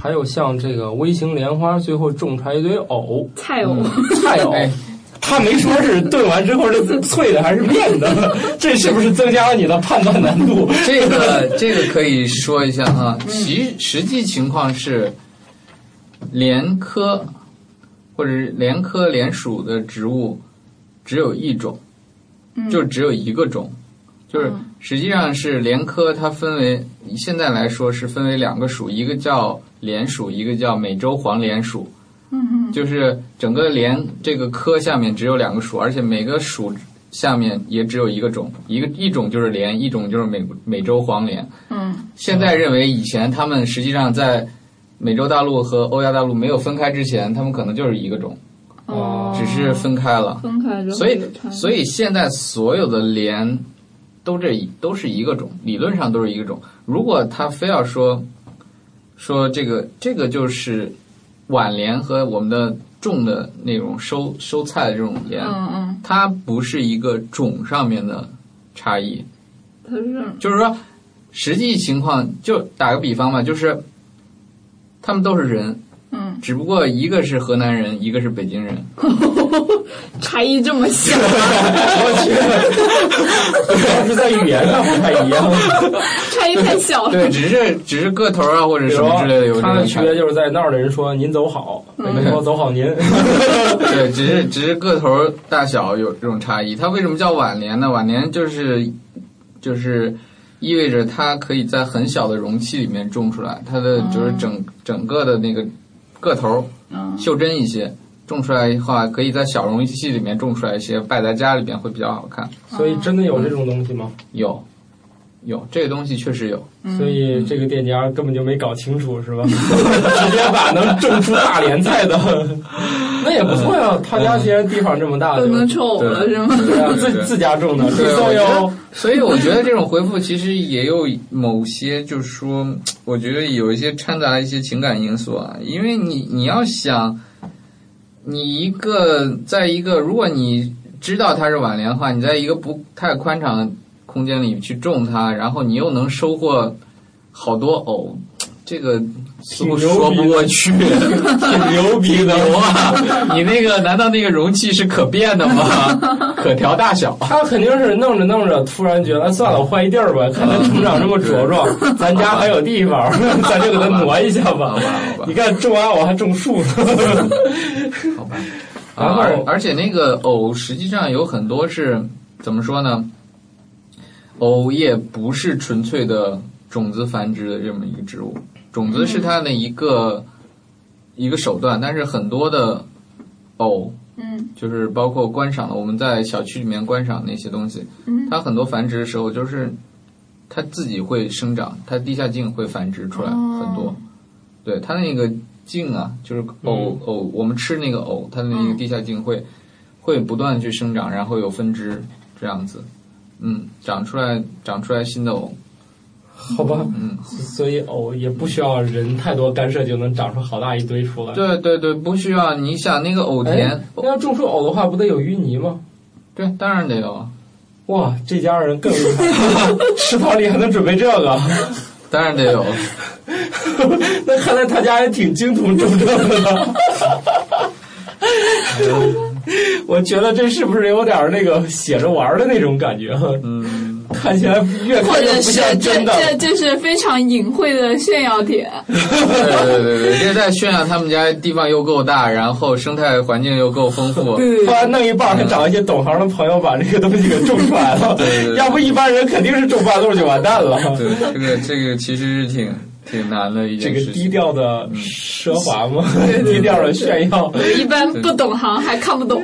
Speaker 1: 还有像这个微型莲花，最后种出来一堆藕、
Speaker 7: 菜偶。
Speaker 1: 菜藕
Speaker 8: 哎。
Speaker 1: 他没说是炖完之后是脆的还是面的，这是不是增加了你的判断难度？
Speaker 8: 这个 这个可以说一下啊，其实际情况是，莲科或者是莲科莲属的植物只有一种，就只有一个种，就是实际上是莲科它分为现在来说是分为两个属，一个叫莲属，一个叫美洲黄莲属。嗯，就是整个莲这个科下面只有两个属，而且每个属下面也只有一个种，一个一种就是莲，一种就是美美洲黄莲。
Speaker 7: 嗯
Speaker 8: 现在认为以前他们实际上在美洲大陆和欧亚大陆没有分开之前，他们可能就是一个种，
Speaker 7: 哦，嗯
Speaker 8: 只是分开了。
Speaker 7: 分开之后
Speaker 8: 嗯所以
Speaker 7: 有，差
Speaker 8: 所以现在所有的莲都这一都是一个种，理论上都是一个种。如果他非要说说这个这个就是晚莲和我们的种的那种收收菜的这种莲，
Speaker 7: 嗯嗯，
Speaker 8: 它不是一个种上面的差异，
Speaker 7: 它是
Speaker 8: 就是说实际情况就打个比方吧，就是他们都是人，
Speaker 7: 嗯，
Speaker 8: 只不过一个是河南人，一个是北京人。
Speaker 2: 差异这么小，
Speaker 7: 啊
Speaker 1: 主要是在语言上不太一样。
Speaker 2: 差异太小了。
Speaker 8: 对，只是只是个头啊，或者
Speaker 1: 比
Speaker 8: 什
Speaker 1: 如
Speaker 8: 么之类的有这
Speaker 1: 他
Speaker 8: 种
Speaker 1: 的区
Speaker 8: 差
Speaker 1: 别
Speaker 8: 别。
Speaker 1: 就是在那儿的人说“您走好”，北京说“走好 您
Speaker 8: 对，只是只是个头大小有这种差异。它为什么叫挽联呢？挽联就是就是意味着它可以在很小的容器里面种出来，它
Speaker 7: 哦
Speaker 8: 的就是整整个的那个个头
Speaker 7: 哦
Speaker 5: 嗯，
Speaker 8: 袖珍一些。种出来的话，可以在小容器里面种出来一些，摆在家里边会比较好看。”，
Speaker 1: 所以真的有这种东西吗？
Speaker 8: 有，有这个东西确实有。
Speaker 1: 所以这个店家根本就没搞清楚，是吧？ 直接把能种出大连菜的， 嗯那也不错呀。他家既然地方这么大，
Speaker 7: 都
Speaker 1: 就
Speaker 7: 能臭我了是 吗？
Speaker 8: 对
Speaker 1: 对啊，
Speaker 8: 对对
Speaker 1: 自自家种的，
Speaker 8: 对
Speaker 1: 绿
Speaker 8: 我
Speaker 1: 色
Speaker 8: 觉得
Speaker 1: 哟。
Speaker 8: 所以我觉得这种回复其实也有某些，就是说，我觉得有一些掺杂一些情感因素啊，因为你你要想，你一个在一个，如果你知道它是挽联的话，你在一个不太宽敞的空间里去种它，然后你又能收获好多藕，这个似乎说不过去，挺牛逼的
Speaker 1: 啊
Speaker 8: 哇！ 你那个难道那个容器是可变的吗？ 可调大小。
Speaker 1: 他肯定是弄着弄着，突然觉得哎算了，我换一地儿吧。 看他成长这么茁壮，咱家还有地方，咱就给他挪一下吧
Speaker 8: 好吧嗯好吧。
Speaker 1: 你看种完我还种树呢，
Speaker 8: 好吧。
Speaker 1: 然
Speaker 8: 啊，
Speaker 1: 后
Speaker 8: 而而且那个藕实际上有很多是怎么说呢？藕也不是纯粹的种子繁殖的这么一个植物，种子
Speaker 7: 嗯
Speaker 8: 是它的一个、一个手段，但是很多的藕，
Speaker 7: 嗯，
Speaker 8: 就是包括观赏的，我们在小区里面观赏那些东西，
Speaker 7: 嗯
Speaker 8: 它很多繁殖的时候就是它自己会生长，它地下茎会繁殖出来
Speaker 7: 哦
Speaker 8: 很多，对它那个茎啊，就是藕、
Speaker 1: 嗯
Speaker 8: 藕，我们吃那个藕，它的那个
Speaker 7: 嗯
Speaker 8: 地下茎会、会不断地去生长，然后有分支这样子，嗯，长出来长出来新的藕，
Speaker 1: 好吧。
Speaker 8: 嗯，
Speaker 1: 所以藕也不需要人太多干涉就能长出好大一堆出来。
Speaker 8: 对对对，不需要，你想那个藕
Speaker 1: 哎
Speaker 8: 田，，
Speaker 1: 那要种出藕的话，不得有淤泥吗？
Speaker 8: 对，当然得有啊，
Speaker 1: 哇，这家人更厉 害，食堂里还能准备这个，
Speaker 8: 当然得有，
Speaker 1: 那看来他家也挺精通种这个 的。我觉得这是不是有点那个写着玩儿的那种感觉？
Speaker 8: 嗯，
Speaker 1: 看起来越
Speaker 7: 或
Speaker 1: 看越
Speaker 7: 者
Speaker 1: 不
Speaker 7: 是
Speaker 1: 像
Speaker 7: 这
Speaker 1: 真的。
Speaker 7: 这这是非常隐晦的炫耀帖，
Speaker 8: 对对对对，这在炫耀他们家地方又够大，然后生态环境又够丰富，
Speaker 1: 突然弄一半儿，还找一些懂行的朋友把这个东西给种出来了。
Speaker 8: 对对对
Speaker 1: 要不一般人肯定是种半路就完蛋了。
Speaker 8: 对，这个这个其实是挺挺难的一
Speaker 1: 这
Speaker 8: 件
Speaker 1: 个
Speaker 8: 事
Speaker 1: 低
Speaker 8: 情。
Speaker 1: 调的奢华吗？低调的炫耀，
Speaker 7: 一般不懂行还看不懂。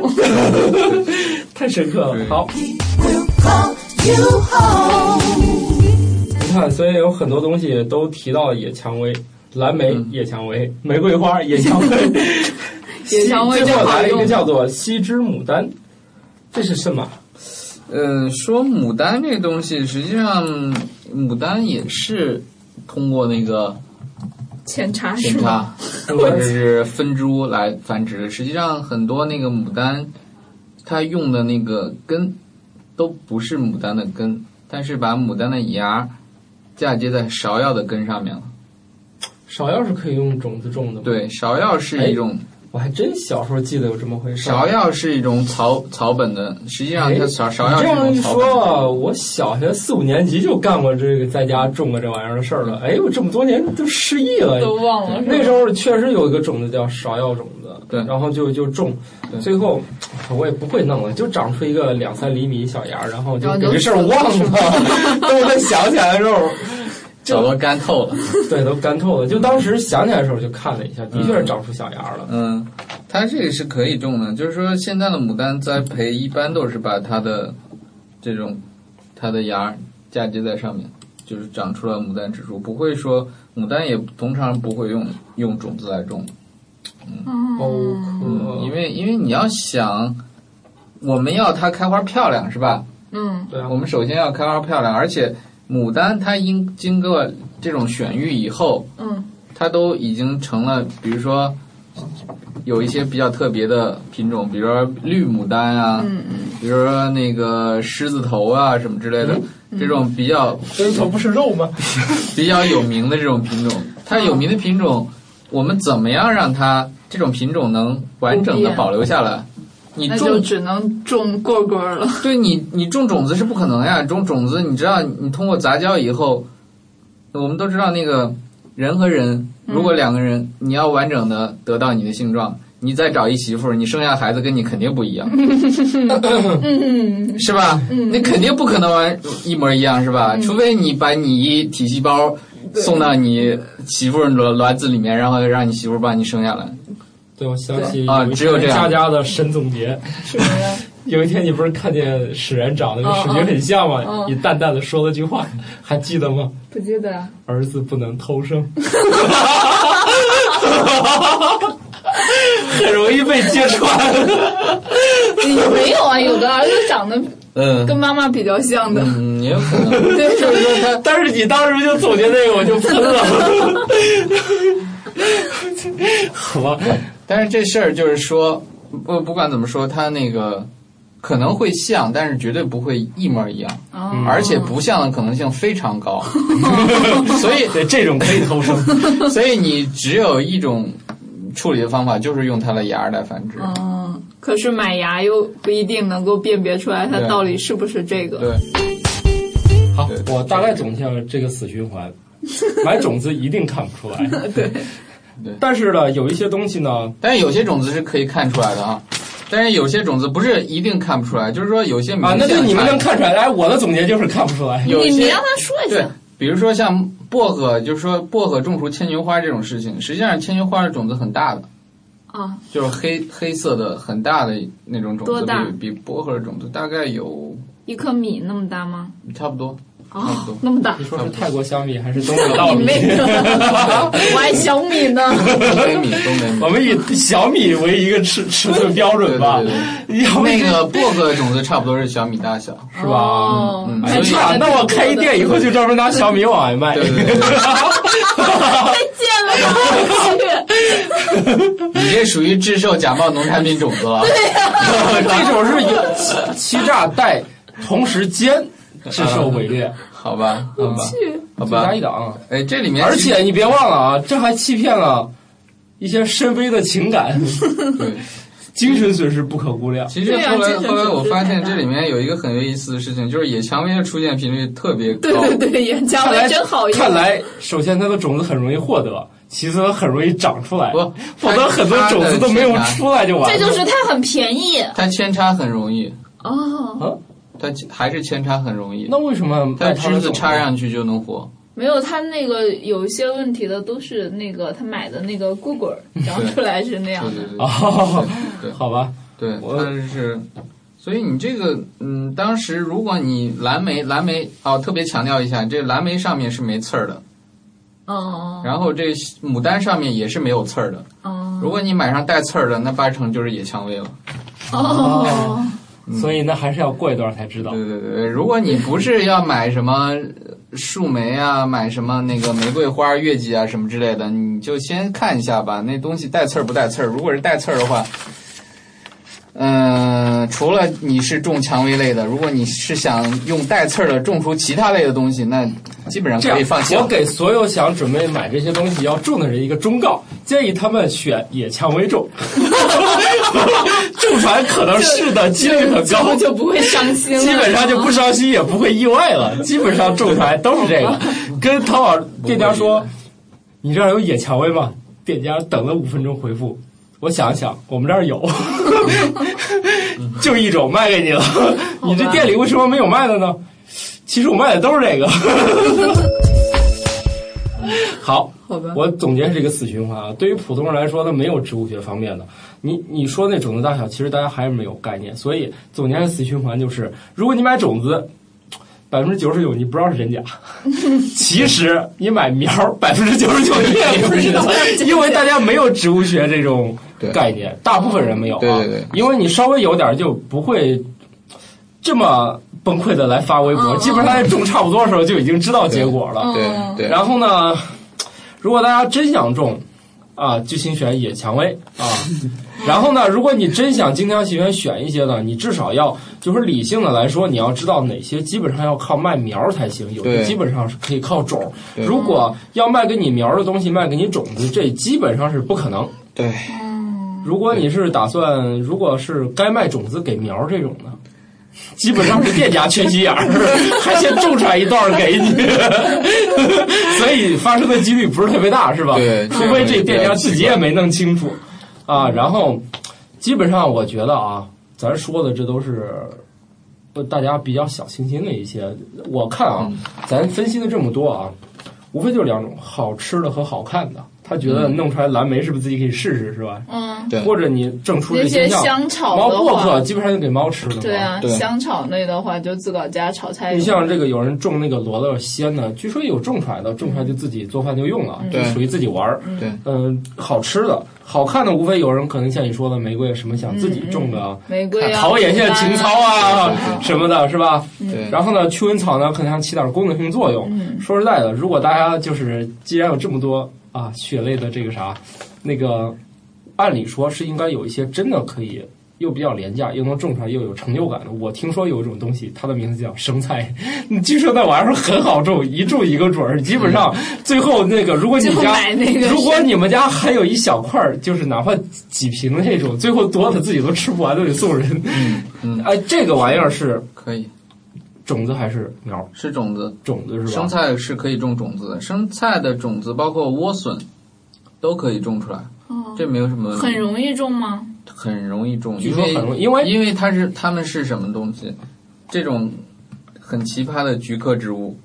Speaker 1: 太深刻了。
Speaker 8: 对
Speaker 1: 好，你看，所以有很多东西都提到野蔷薇。蓝莓、
Speaker 8: 嗯
Speaker 1: 野蔷薇、玫瑰花、野蔷薇，
Speaker 7: 野蔷薇
Speaker 1: 最
Speaker 7: 真
Speaker 1: 后来
Speaker 7: 好
Speaker 1: 了一个
Speaker 7: 用，
Speaker 1: 叫做西之牡丹，这是什么？
Speaker 8: 呃，说牡丹这东西，实际上牡丹也是通过那个
Speaker 7: 浅茶是
Speaker 8: 扦
Speaker 7: 吗？
Speaker 8: 插或者是分株来繁殖的。实际上，很多那个牡丹，它用的那个根都不是牡丹的根，但是把牡丹的芽嫁接在芍药的根上面了。
Speaker 1: 芍药是可以用种子种的吗？，
Speaker 8: 对，芍药是一种
Speaker 1: 我还真小时候记得有这么回事。
Speaker 8: 芍药是一种草草本的，实际上它
Speaker 1: 哎
Speaker 8: 芍芍药
Speaker 1: 你
Speaker 8: 是
Speaker 1: 这
Speaker 8: 一
Speaker 1: 么
Speaker 8: 种
Speaker 1: 一
Speaker 8: 草本的。
Speaker 1: 说，啊我小学四五年级就干过这个在家种过这玩意儿的事儿了。哎，我这么多年都失忆了，
Speaker 7: 都忘了是吧
Speaker 1: 那时候确实有一个种子叫芍药种子，
Speaker 8: 对
Speaker 1: 然后就就种，
Speaker 8: 对
Speaker 1: 最后我也不会弄了，就长出一个两三厘米小芽儿，然后就
Speaker 7: 然后
Speaker 1: 给
Speaker 7: 就
Speaker 1: 这事儿忘 了。等我再想起来的时候，
Speaker 8: 早都干透了。
Speaker 1: 对，都干透了。就当时想起来的时候就看了一下，的确是长出小芽儿了。
Speaker 8: 嗯，它这个是可以种的，就是说现在的牡丹栽培一般都是把它的这种它的芽儿嫁接在上面，就是长出了牡丹植株，不会说牡丹也通常不会用用种子来种，
Speaker 7: 嗯
Speaker 8: 嗯
Speaker 1: 哦，
Speaker 8: 因为因为你要想我们要它开花漂亮是吧？
Speaker 7: 嗯，
Speaker 1: 对啊
Speaker 8: 我，们首先要开花漂亮，而且牡丹它应经过这种选育以后，
Speaker 7: 嗯，
Speaker 8: 它都已经成了，比如说有一些比较特别的品种，比如说绿牡丹啊，
Speaker 7: 嗯
Speaker 8: 比如说那个狮子头啊什么之类的，
Speaker 7: 嗯
Speaker 8: 这种比较
Speaker 1: 这头不是肉吗？
Speaker 8: 比较有名的这种品
Speaker 7: 嗯
Speaker 8: 种，它有名的品种，我们怎么样让它这种品种能完整的保留下来？你
Speaker 7: 那就
Speaker 8: 种
Speaker 7: 只能种棍棍儿了。
Speaker 8: 对你，你种种子是不可能呀。种种子，你知道，你通过杂交以后，我们都知道那个人和人，如果两个人、你要完整的得到你的性状，你再找一媳妇儿，你生下孩子跟你肯定不一样，是吧？你肯定不可能完一模一样，是吧？除非你把你一体细胞送到你媳妇儿卵卵子里面，然后让你媳妇儿帮你生下来。
Speaker 1: 对，我想起
Speaker 8: 啊
Speaker 1: 一
Speaker 8: 只有这
Speaker 1: 家
Speaker 8: 样
Speaker 1: 家的沈总 结。
Speaker 7: 什么呀？ 哦
Speaker 1: 有一天你不是看见史然长得跟史军很像吗？你淡淡的说了句话，还记得吗？
Speaker 7: 不记得啊。
Speaker 1: 儿子不能偷 生，很容易被揭穿。
Speaker 7: 有没有啊？有的儿子长得
Speaker 8: 嗯
Speaker 7: 跟妈妈比较像的，
Speaker 8: 嗯，也有可能。
Speaker 7: 对，就是说他
Speaker 1: 但是你当时就总结这个，我就喷了。好吧，
Speaker 8: 但是这事儿就是说，不不管怎么说，它那个可能会像，但是绝对不会一模一样，
Speaker 7: 哦
Speaker 8: 而且不像的可能性非常 高。所以，
Speaker 1: 对这种可以偷生。
Speaker 8: 所以你只有一种处理的方法，就是用它的芽儿来繁殖。
Speaker 7: 嗯，可是买牙又不一定能够辨别出来它
Speaker 8: 对
Speaker 7: 到底是不是这个。
Speaker 8: 对，
Speaker 1: 好
Speaker 8: 对，
Speaker 1: 我大概总结了这个死循环，买种子一定看不出来。对
Speaker 8: 对
Speaker 1: 但是呢，有一些东西呢，
Speaker 8: 但是有些种子是可以看出来的啊。但是有些种子不是一定看不出来，就是说有些明
Speaker 1: 啊，
Speaker 8: 显
Speaker 1: 那
Speaker 8: 的
Speaker 1: 就你们
Speaker 8: 差异
Speaker 1: 能看出来。哎，我的总结就是看不出来。
Speaker 8: 有一
Speaker 7: 你
Speaker 8: 些
Speaker 7: 你让他说一
Speaker 8: 对
Speaker 7: 下，，
Speaker 8: 比如说像薄荷，就是说薄荷种出牵牛花这种事情，实际上牵牛花的种子很大的，
Speaker 7: 啊，
Speaker 8: 就是黑黑色的很大的那种种
Speaker 7: 多
Speaker 8: 子，
Speaker 7: 大
Speaker 8: 比比薄荷的种子大概有
Speaker 7: 一颗米那么大吗？
Speaker 8: 差不多，差不
Speaker 7: 哦
Speaker 8: 多，
Speaker 7: 那么大
Speaker 1: 你，说是泰国小米还是东北稻米？
Speaker 7: 那个，我爱小米呢。
Speaker 8: 东北米，东北米
Speaker 1: 我。们以小米为一个尺尺寸标准吧
Speaker 8: 对对，
Speaker 1: 要不
Speaker 8: 那个薄荷种子差不多是小米大小，
Speaker 1: 是吧？
Speaker 7: 哦
Speaker 8: 嗯
Speaker 1: 哎
Speaker 8: 所以
Speaker 1: 呀，那我开一店以后就专门拿小米往外卖。
Speaker 8: 对对对 你这属于制售假冒农产品种子了。
Speaker 1: 这种是有欺欺诈带同时间制售伪劣，
Speaker 8: 好吧，好吧，嗯好吧
Speaker 1: 嗯加一。档。
Speaker 8: 哎，这里面
Speaker 1: 而
Speaker 8: 其
Speaker 1: 且你别忘了啊，这还欺骗了一些深微的情 感，
Speaker 8: 对，
Speaker 1: 精神损失不可估量。
Speaker 8: 其实
Speaker 7: 对啊
Speaker 8: 后来
Speaker 7: 精神
Speaker 8: 后来我
Speaker 7: 损失
Speaker 8: 发
Speaker 7: 太
Speaker 8: 现
Speaker 7: 大
Speaker 8: 这里面有一个很有意思的事情，就是野蔷薇的出现频率特别高。
Speaker 7: 对对对，演姜
Speaker 1: 看
Speaker 7: 维
Speaker 1: 来
Speaker 7: 真好用。
Speaker 1: 看来，首先它的种子很容易获得，其次它很容易长出来，
Speaker 8: 不
Speaker 1: 否则很多种子都没有出来就完
Speaker 7: 这
Speaker 1: 了。
Speaker 7: 就是它很便宜
Speaker 8: 它扦插很容易，
Speaker 7: 哦，
Speaker 8: 它扦还是扦插很容易。
Speaker 1: 那为什么
Speaker 8: 它
Speaker 1: 卖它
Speaker 8: 枝
Speaker 1: 的
Speaker 8: 子
Speaker 1: 种
Speaker 8: 插上去就能活。
Speaker 7: 没有它那个有一些问题的都是那个他买的那个棍棍儿，然后出来是那样
Speaker 8: 对
Speaker 7: 的。
Speaker 8: 对对，
Speaker 1: 哦，
Speaker 8: 对
Speaker 1: 好吧，
Speaker 8: 对，
Speaker 1: 我
Speaker 8: 它是。所以你这个，嗯，当时如果你蓝莓，蓝莓哦，特别强调一下，这蓝莓上面是没刺儿的，
Speaker 7: 嗯
Speaker 8: 然后这牡丹上面也是没有刺儿的。
Speaker 7: 嗯
Speaker 8: 如果你买上带刺儿的，那八成就是野蔷薇了。
Speaker 7: 哦，
Speaker 1: 啊所以那还是要过一段才知道。
Speaker 8: 对对对，如果你不是要买什么树莓啊，买什么那个玫瑰花、月季啊什么之类的，你就先看一下吧，那东西带刺儿不带刺儿。如果是带刺儿的话，嗯、除了你是种蔷薇类的，如果你是想用带刺儿的种出其他类的东西，那基本上
Speaker 1: 这
Speaker 8: 可
Speaker 1: 样
Speaker 8: 以放弃，
Speaker 1: 我
Speaker 8: 了。
Speaker 1: 给所有想准备买这些东西要种的人一个忠告，建议他们选野蔷薇 种， 种出来可能是的几率很高，
Speaker 7: 就不会伤心了。
Speaker 1: 基本上就不伤心，也不会意外了。基本上种出来都是这个。跟淘宝店家说，你这儿有野蔷薇吗？店家等了五分钟回复。我想一想，我们这儿有， 就一种卖给你了。你这店里为什么没有卖的呢？其实我卖的都是这个。好，
Speaker 7: 好吧。
Speaker 1: 我总结是一个死循环啊。对于普通人来说，他没有植物学方面的。你你说那种子大小，其实大家还是没有概念。所以总结的死循环就是：如果你买种子，百分之九十九你不知道是 真假，其实你买苗百分之九十九你也不知道，因为大家没有植物学这种
Speaker 8: 对
Speaker 1: 概念，大部分人没有、啊。
Speaker 8: 对对对
Speaker 1: 因为你稍微有点儿就不会这么崩溃的来发微博，基本上在种差不多的时候哦就已经知道结果了。
Speaker 8: 对 对
Speaker 1: 然后呢，如果大家真想种，啊，就请选野蔷薇 啊。然后呢，如果你真想精挑细选选一些呢，你至少要就是理性的来说，你要知道哪些基本上要靠卖苗才行，有的
Speaker 8: 对
Speaker 1: 基本上是可以靠种。
Speaker 8: 对
Speaker 1: 如果要卖给你苗的东西，卖给你种子，这基本上是不可能。
Speaker 8: 对，
Speaker 1: 如果你是打算，如果是该卖种子给苗这种的，基本上是店家缺心眼儿，还先种出来一段儿给你，所以发生的几率不是特别大，是吧？
Speaker 8: 对
Speaker 1: 除非这店家自己也没弄清楚啊。然后，基本上我觉得啊，咱说的这都是。呃大家比较小清新的一些，我看啊，咱分析的这么多啊，无非就是两种，好吃的和好看的。他觉得弄出来蓝莓是不是自己可以试试，是吧？
Speaker 7: 嗯，
Speaker 8: 对，
Speaker 1: 或者你整出这
Speaker 7: 那些
Speaker 1: 现象，
Speaker 7: 香
Speaker 1: 猫啊
Speaker 7: 炒的
Speaker 1: 薄荷
Speaker 7: 话，
Speaker 1: 基本上就给猫吃了嘛。
Speaker 7: 对啊，
Speaker 8: 对
Speaker 7: 香炒类的话就自个儿家炒菜
Speaker 1: 你
Speaker 7: 用。
Speaker 1: 像这个有人种那个罗勒鲜呢，据说也有种出来的，种出来就自己做饭就用
Speaker 7: 嗯
Speaker 1: 了，就
Speaker 8: 对
Speaker 1: 属于自己玩儿。
Speaker 8: 对
Speaker 1: 嗯，好吃的、好看的，无非有人可能像你说的玫瑰什么，
Speaker 7: 嗯
Speaker 1: 想自己种的啊，
Speaker 7: 玫瑰啊，
Speaker 1: 陶冶一下情操啊
Speaker 7: 嗯
Speaker 1: 什么的，是吧？
Speaker 8: 对，
Speaker 1: 然后呢，驱蚊草呢可能还起点功能性作用。
Speaker 7: 嗯
Speaker 1: 说实在的，如果大家就是既然有这么多啊血泪的这个啥，那个按理说是应该有一些真的可以又比较廉价又能种出来又有成就感的。我听说有一种东西，它的名字叫生菜， 据说那玩意儿很好种，一种一个准儿，基本上最后那个如果你
Speaker 7: 就
Speaker 1: 家
Speaker 7: 买那个
Speaker 1: 如果你们家还有一小块儿，就是哪怕几瓶那种，最后多的自己都吃不完都得送人。
Speaker 8: 嗯
Speaker 1: 哎，这个玩意儿是
Speaker 8: 可以
Speaker 1: 种子还是苗儿？
Speaker 8: 是种子，
Speaker 1: 种子是吧？
Speaker 8: 生菜是可以种种子的，生菜的种子包括莴笋都可以种出来，这没有什么问题
Speaker 7: 哦很容易种吗？
Speaker 8: 很容易种，
Speaker 1: 据
Speaker 8: 因
Speaker 1: 说
Speaker 8: 为
Speaker 1: 很容易，因为
Speaker 8: 因为它是它们是什么东西？这种很奇葩的菊科 植物，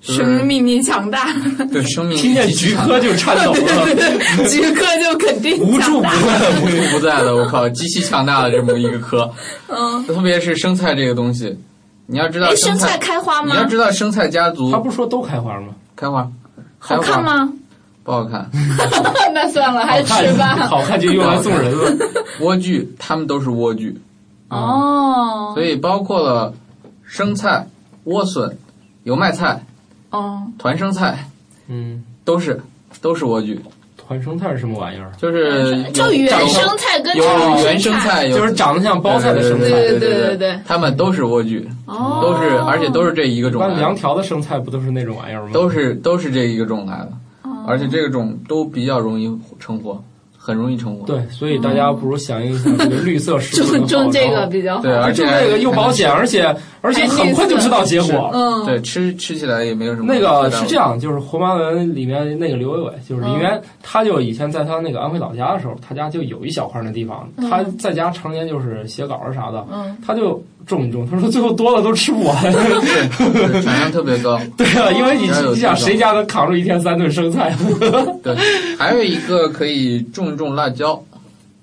Speaker 8: 就是
Speaker 7: 生命力强 大，
Speaker 8: 对生命
Speaker 1: 听见
Speaker 8: 极
Speaker 1: 菊
Speaker 8: 强
Speaker 1: 科就颤抖了，
Speaker 7: 菊科就肯定
Speaker 1: 无
Speaker 7: 强
Speaker 1: 处不
Speaker 7: 大。
Speaker 1: 在。
Speaker 8: 无处不在的，我靠，极其强大的这么一个科。嗯，特别是生菜这个东西，你要知道
Speaker 7: 哎，生
Speaker 8: 菜，
Speaker 7: 菜开花
Speaker 8: 你要
Speaker 7: 吗？
Speaker 8: 知道生菜家族
Speaker 1: 他不是说都开花吗？
Speaker 8: 开花，开
Speaker 7: 好
Speaker 8: 花
Speaker 7: 看？吗？
Speaker 8: 不好看。
Speaker 7: 那算了，还
Speaker 1: 好
Speaker 7: 是
Speaker 1: 看
Speaker 7: 吃吧。
Speaker 1: 好看就用来送人了。
Speaker 8: 莴苣，它们都是莴苣，
Speaker 1: 啊，
Speaker 7: 哦
Speaker 8: 嗯所以包括了生菜、莴笋、油麦菜、
Speaker 7: 哦，
Speaker 8: 团生菜，
Speaker 1: 嗯，
Speaker 8: 都是都是莴苣，
Speaker 1: 团生菜是什么玩意儿？
Speaker 8: 就是有
Speaker 7: 就原
Speaker 8: 长
Speaker 7: 生菜跟
Speaker 8: 有
Speaker 7: 常
Speaker 8: 原生
Speaker 7: 菜，
Speaker 8: 菜，有
Speaker 1: 就是长得像包菜的生
Speaker 7: 对
Speaker 1: 菜，
Speaker 7: 对对
Speaker 8: 对
Speaker 7: 对
Speaker 8: 对
Speaker 7: 对，
Speaker 8: 它们都是莴苣，
Speaker 7: 哦，
Speaker 8: 都是而且都是这一个
Speaker 1: 一
Speaker 8: 种
Speaker 1: 般
Speaker 8: 来
Speaker 1: 凉
Speaker 8: 的，
Speaker 1: 条的生菜不都是那种玩意儿吗？
Speaker 8: 都是都是这一个种来的，
Speaker 7: 哦
Speaker 8: 而且这个种都比较容易成活，很容易成活。
Speaker 1: 对，所以大家不如响应一下这个绿色食品的
Speaker 7: 种种
Speaker 1: 号召
Speaker 7: 这个。比较好
Speaker 8: 对，。而且
Speaker 1: 就这个又保 险，而且而且很快就知道结果。
Speaker 7: 嗯，
Speaker 8: 对，吃吃起来也没有什么
Speaker 1: 那
Speaker 8: 太大
Speaker 1: 个
Speaker 8: 问题。
Speaker 1: 是这样，就是《红麻文》里面那个刘伟伟，就是林渊，他就以前在他那个安徽老家的时候，他家就有一小块那地方，他在家常年就是写稿儿啥的，他就种一种，他说最后多了都吃不完，
Speaker 8: 对，产量特别高。
Speaker 1: 对啊，因为你
Speaker 8: 家有
Speaker 1: 你想
Speaker 8: 地方
Speaker 1: 谁家能扛住一天三顿生菜？
Speaker 8: 对，还有一个可以种一种辣椒，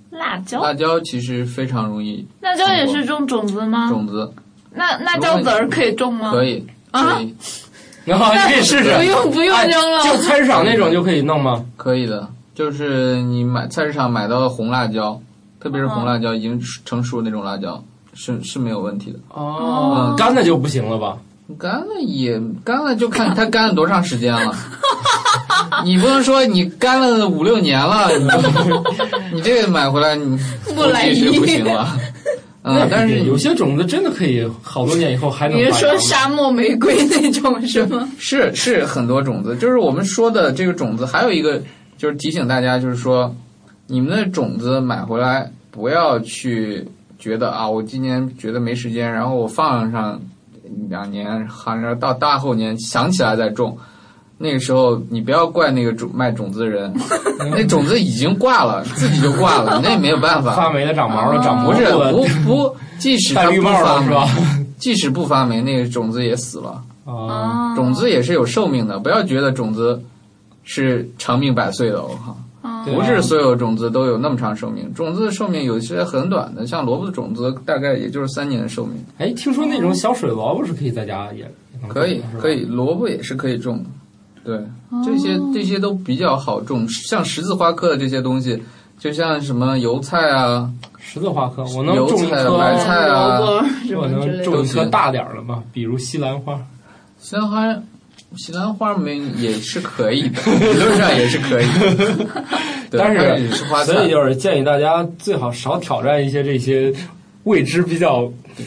Speaker 7: 辣椒，
Speaker 8: 辣椒其实非常容易
Speaker 7: 辣椒也是种种子吗？
Speaker 8: 种子，
Speaker 7: 那辣椒籽儿可以种吗？
Speaker 8: 可以
Speaker 7: 啊
Speaker 8: 可以
Speaker 1: 然后你可以试试，
Speaker 7: 不用不用
Speaker 1: 哎
Speaker 7: 扔了，
Speaker 1: 就菜市场那种就可以弄吗？
Speaker 8: 可以的，就是你买菜市场买到的红辣椒，特别是红辣椒已经成熟的那种辣椒，是是没有问题的。
Speaker 1: 哦，干的就不行了吧？
Speaker 8: 干了也干了，就看它干了多长时间 了。你不能说你干了五六年了，你 你这个买回来你
Speaker 7: 木乃伊
Speaker 8: 估计是 不行了。嗯，但是
Speaker 1: 有些种子真的可以好多年以后还能
Speaker 7: 你是
Speaker 1: 发芽
Speaker 7: 说
Speaker 1: 吗
Speaker 7: 沙漠玫瑰那种是吗？
Speaker 8: 是是很多种子，就是我们说的这个种子，还有一个就是提醒大家，就是说你们的种子买回来不要去觉得啊，我今年觉得没时间，然后我放上两年，好像到大后年想起来再种。那个时候，你不要怪那个种卖种子 的人，那种子已经挂了，自己就挂了，那也没有办
Speaker 1: 发
Speaker 8: 法。
Speaker 1: 霉了、长毛了、长蘑菇
Speaker 8: 不是
Speaker 1: 了
Speaker 8: 不、不，即使它
Speaker 1: 戴绿
Speaker 8: 不
Speaker 1: 帽
Speaker 8: 发
Speaker 1: 了是
Speaker 8: 霉，
Speaker 1: 吧？
Speaker 8: 即使不发霉，那个种子也死了。
Speaker 1: 啊，
Speaker 8: 种子也是有寿命的，不要觉得种子是长命百岁的，我靠，
Speaker 1: 对啊
Speaker 8: 不是所有种子都有那么长寿命，种子的寿命有些很短的，像萝卜的种子大概也就是三年的寿命，
Speaker 1: 哎，听说那种小水萝卜是可以在家也也能
Speaker 8: 可以
Speaker 1: 嗯种的是吧哦
Speaker 8: 可以，萝卜也是可以种的，对，这些这些都比较好种，像十字花科的这些东西，就像什么油菜啊，
Speaker 1: 十字花科，我能
Speaker 8: 油
Speaker 1: 种一
Speaker 8: 菜啊、
Speaker 1: 棵，
Speaker 8: 白 菜
Speaker 7: 萝
Speaker 8: 啊，
Speaker 7: 卜什
Speaker 1: 我
Speaker 7: 么
Speaker 1: 能
Speaker 7: 之类的。
Speaker 1: 种一
Speaker 8: 都
Speaker 1: 棵
Speaker 8: 行
Speaker 1: 大点儿的嘛，比如西兰花。
Speaker 8: 西兰花， 西兰花没也是可以的，理论上也是可以的。对
Speaker 1: 但
Speaker 8: 它只是花
Speaker 1: 所以
Speaker 8: 菜，
Speaker 1: 就是建议大家最好少挑战一些这些未知比较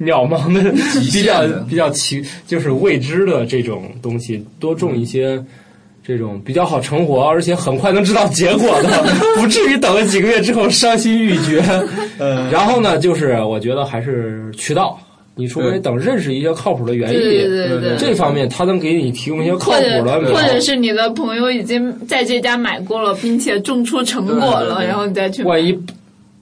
Speaker 1: 渺茫的、比
Speaker 8: 极
Speaker 1: 较
Speaker 8: 限的
Speaker 1: 比较奇，就是未知的这种东西，多种
Speaker 8: 嗯
Speaker 1: 一些。这种比较好成活，而且很快能知道结果的， 不至于等了几个月之后伤心欲绝。
Speaker 8: 嗯
Speaker 1: 然后呢，就是我觉得还是渠道，你除非
Speaker 8: 对
Speaker 1: 等认识一些靠谱的园艺，
Speaker 7: 对对对对
Speaker 8: 对
Speaker 7: 对。
Speaker 1: 这方面他能给你提供一些靠
Speaker 7: 或
Speaker 1: 谱
Speaker 7: 者
Speaker 1: 的苗
Speaker 7: 或者是你的朋友已经在这家买过了，并且种出成果了，
Speaker 8: 对对对
Speaker 7: 然后你再去买。
Speaker 1: 万一不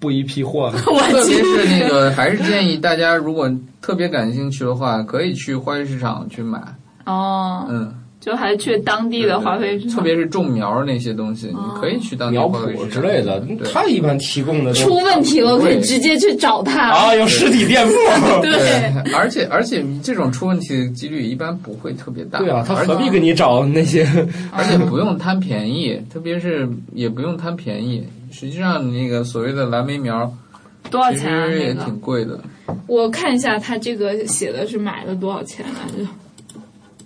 Speaker 1: 不一批货呢？
Speaker 8: 特
Speaker 7: 我
Speaker 8: 别
Speaker 7: 去，
Speaker 8: 是那个，还是建议大家如果特别感兴趣的话，可以去花卉市场去买。
Speaker 7: 哦，
Speaker 8: 嗯，
Speaker 7: 就还去当地
Speaker 8: 对
Speaker 7: 的
Speaker 8: 对
Speaker 7: 花卉市场
Speaker 8: 特别是种苗儿那些东西，你
Speaker 7: 哦
Speaker 8: 可以去当地
Speaker 1: 苗
Speaker 8: 花卉
Speaker 1: 圃
Speaker 8: 市
Speaker 1: 之
Speaker 8: 场
Speaker 1: 类的
Speaker 8: 对，
Speaker 1: 他一般提供的都
Speaker 7: 出问题了，可以直接去找他。
Speaker 1: 啊，有实体店铺。
Speaker 7: 对
Speaker 8: 对，啊而且而且这种出问题的几率一般不会特别 大。
Speaker 1: 对啊，他
Speaker 8: 而
Speaker 1: 何必跟你找那些？
Speaker 8: 而且不用贪便宜，特别是也不用贪便宜。实际上，你那个所谓的蓝莓苗儿，
Speaker 7: 多少
Speaker 8: 其
Speaker 7: 钱啊？
Speaker 8: 实也
Speaker 7: 那个
Speaker 8: 挺贵的。
Speaker 7: 我看一下，他这个写的是买了多少钱啊来着？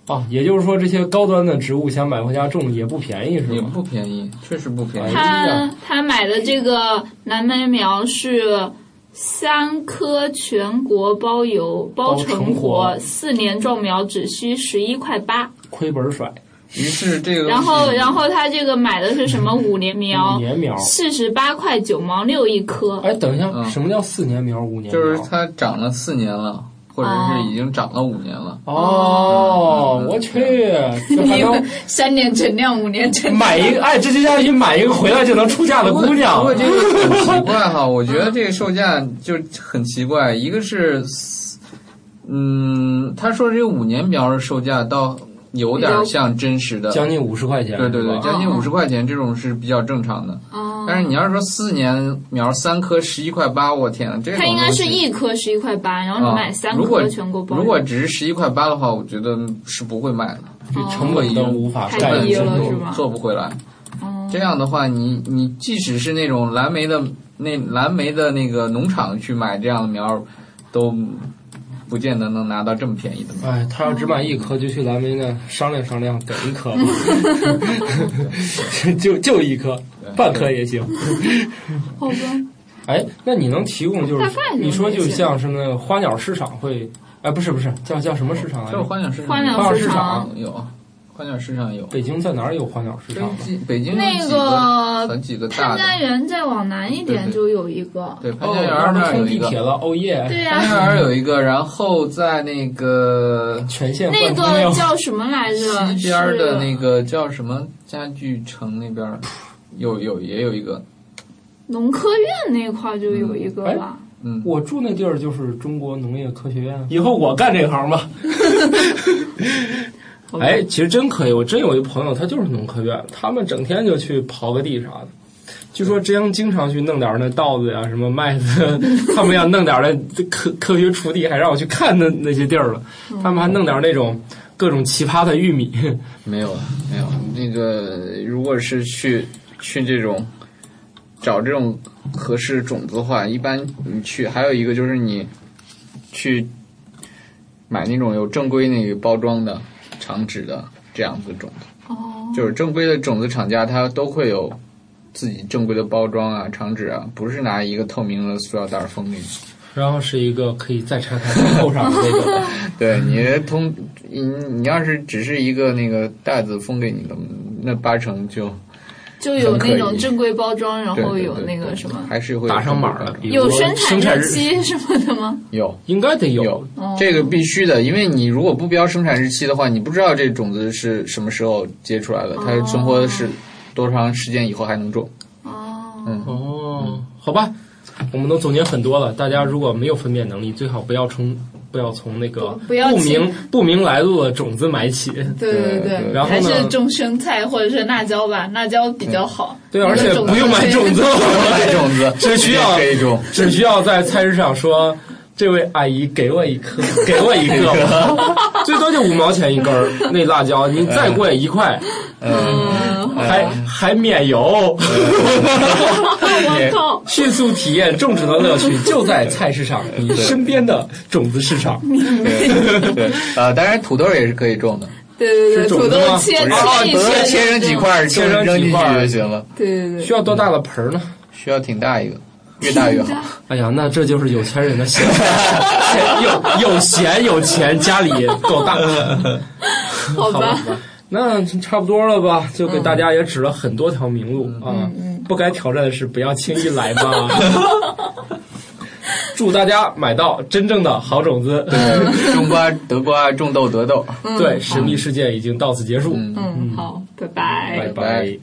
Speaker 1: 哦，也就是说，这些高端的植物想买回家种也不便宜，是
Speaker 8: 也
Speaker 1: 吗？
Speaker 8: 不便宜，确实不便宜。
Speaker 1: 哎
Speaker 7: 他
Speaker 1: 呀
Speaker 7: 他买的这个蓝莓苗是三颗全国包邮包成
Speaker 1: 包成
Speaker 7: 活
Speaker 1: 活，
Speaker 7: 四年种苗只需十一块八。
Speaker 1: 亏本甩，
Speaker 8: 于是这个
Speaker 7: 然
Speaker 8: 东
Speaker 7: 后
Speaker 8: 西
Speaker 7: 然后他这个买的是什么 五年
Speaker 1: 五
Speaker 7: 苗，
Speaker 1: 年苗。
Speaker 7: 四十八块九毛六一颗。
Speaker 1: 哎，等一下，
Speaker 8: 嗯
Speaker 1: 什么叫四年苗、五年苗？
Speaker 8: 就是它长了四年了，或者
Speaker 7: 哦
Speaker 8: 是已经长了五年了。
Speaker 1: 哦，
Speaker 8: 嗯
Speaker 1: 我去，这还能
Speaker 7: 三年陈酿，五年陈
Speaker 1: 买一个？哎，这就像一买一个回来就能出嫁的姑
Speaker 8: 不
Speaker 1: 娘
Speaker 8: 过。这个很奇怪哈，我觉得这个售价就很奇怪，一个是，嗯，他说这个五年苗的售价倒有点像真实的，
Speaker 1: 将近五十块钱，
Speaker 8: 对对
Speaker 1: 是
Speaker 8: 对，
Speaker 1: 吧
Speaker 8: 将近五十块钱这种是比较正常的。
Speaker 7: 哦，
Speaker 8: 但是你要是说四年苗三颗十一块八，我天，啊这种
Speaker 7: 它应该
Speaker 8: 东
Speaker 7: 是
Speaker 8: 西
Speaker 7: 一颗十一块八，然后你买三
Speaker 8: 啊如
Speaker 7: 颗
Speaker 8: 果
Speaker 7: 全国包邮。
Speaker 8: 如果只是十一块八的话，我觉得是不会卖的，
Speaker 1: 这成本都无法
Speaker 7: 太
Speaker 1: 概
Speaker 7: 低
Speaker 1: 念。
Speaker 7: 了是吗
Speaker 8: 做不回来。
Speaker 7: 嗯
Speaker 8: 这样的话，你你即使是那种蓝莓的那蓝莓的那个农场去买这样的苗儿，都不见得能拿到这么便宜的苗。
Speaker 1: 哎，他要只买一颗，就去咱们那商量商量，给一颗 吧，就就一颗，半颗也行。
Speaker 7: 好吧，
Speaker 1: 哎，那你能提供就
Speaker 7: 大
Speaker 1: 是
Speaker 7: 概能
Speaker 1: 你说
Speaker 7: 理
Speaker 1: 就
Speaker 7: 解
Speaker 1: 像什么花鸟市场会？哎，不是不是，叫叫什么市场啊来
Speaker 8: 就是
Speaker 1: 着？
Speaker 8: 花鸟市场，
Speaker 7: 花鸟
Speaker 1: 花鸟市
Speaker 7: 市
Speaker 1: 场
Speaker 7: 场
Speaker 8: 有，啊花鸟市场有。
Speaker 1: 北京在哪儿有花鸟市场呢？
Speaker 8: 北京北京有
Speaker 7: 那
Speaker 8: 几
Speaker 7: 个
Speaker 8: 很几个大
Speaker 7: 潘
Speaker 8: 的，
Speaker 7: 家园再往南一点
Speaker 8: 对对
Speaker 7: 就有一个。
Speaker 8: 对潘
Speaker 1: 哦
Speaker 8: 家，园
Speaker 1: 那
Speaker 8: 儿
Speaker 1: 儿
Speaker 8: 那
Speaker 1: 都
Speaker 8: 儿有
Speaker 1: 通
Speaker 8: 一
Speaker 1: 地
Speaker 8: 个，
Speaker 1: 铁了，哦耶！
Speaker 7: 对呀、
Speaker 8: 潘家园儿有一个，然后在那个
Speaker 1: 全县
Speaker 7: 那
Speaker 1: 贯通
Speaker 7: 个
Speaker 1: 要
Speaker 7: 叫什么来着？
Speaker 8: 西边儿的那
Speaker 7: 是
Speaker 8: 个叫什么家具城那边儿，有有也有一个，
Speaker 7: 农科院那块儿就有一个
Speaker 1: 嗯哎
Speaker 7: 吧。
Speaker 8: 嗯，
Speaker 1: 我住那地儿就是中国农业科学院。啊以后我干这行 吧。哎，其实真可以，我真有一朋友，他就是农科院，他们整天就去刨个地啥的。据说这样经常去弄点儿那稻子呀、什么麦子，啊 他们要弄点儿那科科学锄地，还让我去看那那些地儿了。他们还弄点儿那种各种奇葩的玉米，
Speaker 8: 没有没有，那个如果是去去这种找这种合适种子的话，一般你去还有一个就是你去买那种有正规那个包装的长纸的这样子种子，
Speaker 7: 哦，
Speaker 8: 就是正规的种子厂家它都会有。自己正规的包装啊，长纸啊，不是拿一个透明的塑料袋儿封进去。
Speaker 1: 然后是一个可以再拆开再扣上的那 种。
Speaker 8: 对你通，你你要是只是一个那个袋子封给你的，那八成就
Speaker 7: 就有那种
Speaker 8: 很可以
Speaker 7: 正规包装，然
Speaker 8: 对
Speaker 7: 后
Speaker 8: 对
Speaker 7: 有
Speaker 8: 对
Speaker 7: 那个
Speaker 8: 对
Speaker 7: 什么，
Speaker 8: 还是会
Speaker 1: 打上码
Speaker 8: 的
Speaker 1: 了，比如
Speaker 7: 有
Speaker 1: 说
Speaker 7: 生
Speaker 1: 生
Speaker 7: 产
Speaker 1: 产
Speaker 7: 日
Speaker 1: 日
Speaker 7: 期什么的吗？
Speaker 8: 有
Speaker 1: 应该得有
Speaker 8: 有、
Speaker 7: 哦
Speaker 8: 这个必须的，因为你如果不标生产日期的话，你不知道这种子是什么时候结出来的，它存活的是多长时间以后还能种。
Speaker 7: 哦，
Speaker 8: 嗯，
Speaker 1: 哦，好吧，我们都总结很多了。大家如果没有分辨能力，最好不要从不要从那个
Speaker 7: 不要
Speaker 1: 不
Speaker 7: 轻
Speaker 1: 明不明来路的种子买起。
Speaker 7: 对对
Speaker 8: 对
Speaker 7: 对，
Speaker 8: 然
Speaker 1: 后
Speaker 7: 还
Speaker 1: 呢嗯
Speaker 7: 是种生菜或者是辣椒吧，辣椒比较好。
Speaker 1: 对，而且不用买种子
Speaker 8: 买
Speaker 1: 了，
Speaker 8: 种 子
Speaker 1: 只需要
Speaker 8: 可 以种，
Speaker 1: 只需要在菜市场说：“这位阿姨，给我一颗，给我一个吧，最多就五毛钱一根儿。那辣椒你再贵一块，还还免邮。
Speaker 7: 我靠，
Speaker 1: 迅速体验种植的乐趣，就在菜市场，你身边的种子市场。
Speaker 8: 对对，呃，当然土豆也是可以种的，
Speaker 7: 对对对，
Speaker 1: 是种
Speaker 7: 土
Speaker 1: 子
Speaker 7: 豆
Speaker 1: 吗哦
Speaker 7: 切切一
Speaker 8: 不是土豆
Speaker 7: 圈，
Speaker 8: 切成几块儿，
Speaker 1: 切成
Speaker 8: 扔
Speaker 1: 几
Speaker 8: 进
Speaker 1: 块
Speaker 8: 去
Speaker 1: 儿
Speaker 8: 就行了，
Speaker 7: 对对对
Speaker 1: 需，要多大的盆儿呢？
Speaker 8: 需要挺大一个，越大 越好。
Speaker 1: 哎呀，那这就是有钱人的想法，有有闲有钱，家里够大，
Speaker 7: 好
Speaker 1: 好吧
Speaker 7: 吧，？
Speaker 1: 那差不多了吧？就给大家也指了很多条明路啊！不该挑战的事，不要轻易来嘛。 祝大家买到真正的好种子。
Speaker 8: 种瓜得瓜，啊种豆得豆。
Speaker 1: 对，神秘事件已经到此结束，
Speaker 7: 嗯，好，拜
Speaker 1: 拜
Speaker 7: 拜。
Speaker 1: 拜。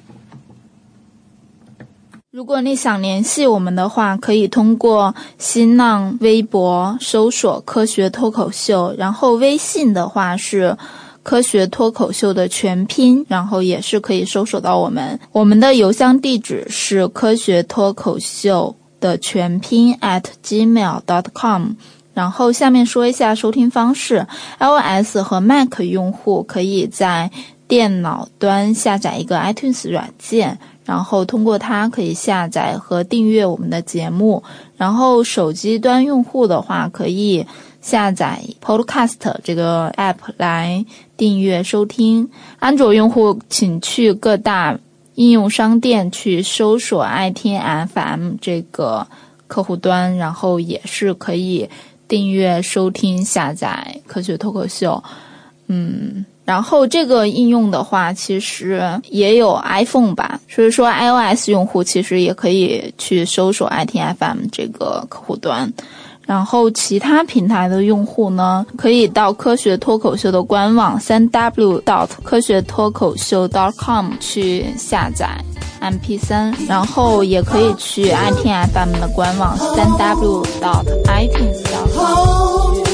Speaker 10: 如果你想联系我们的话，可以通过新浪微博搜索“科学脱口秀”，然后微信的话是“科学脱口秀”的全拼，然后也是可以搜索到我们。我们的邮箱地址是“科学脱口秀”的全拼 at gmail.com。然后下面说一下收听方式，iOS 和 Mac 用户可以在电脑端下载一个 iTunes 软件，然后通过它可以下载和订阅我们的节目。然后手机端用户的话，可以下载 Podcast 这个 app 来订阅收听。安卓用户请去各大应用商店去搜索爱听 FM 这个客户端，然后也是可以订阅收听下载《科学脱口秀》。嗯，然后这个应用的话，其实也有 iPhone 吧，所以说 iOS 用户其实也可以去搜索 ITFM 这个客户端。然后其他平台的用户呢，可以到科学脱口秀的官网三 w dot 科学脱口秀 dot com 去下载 MP 3然后也可以去 iTunes FM 的官网三 w dot iTunes dot com 去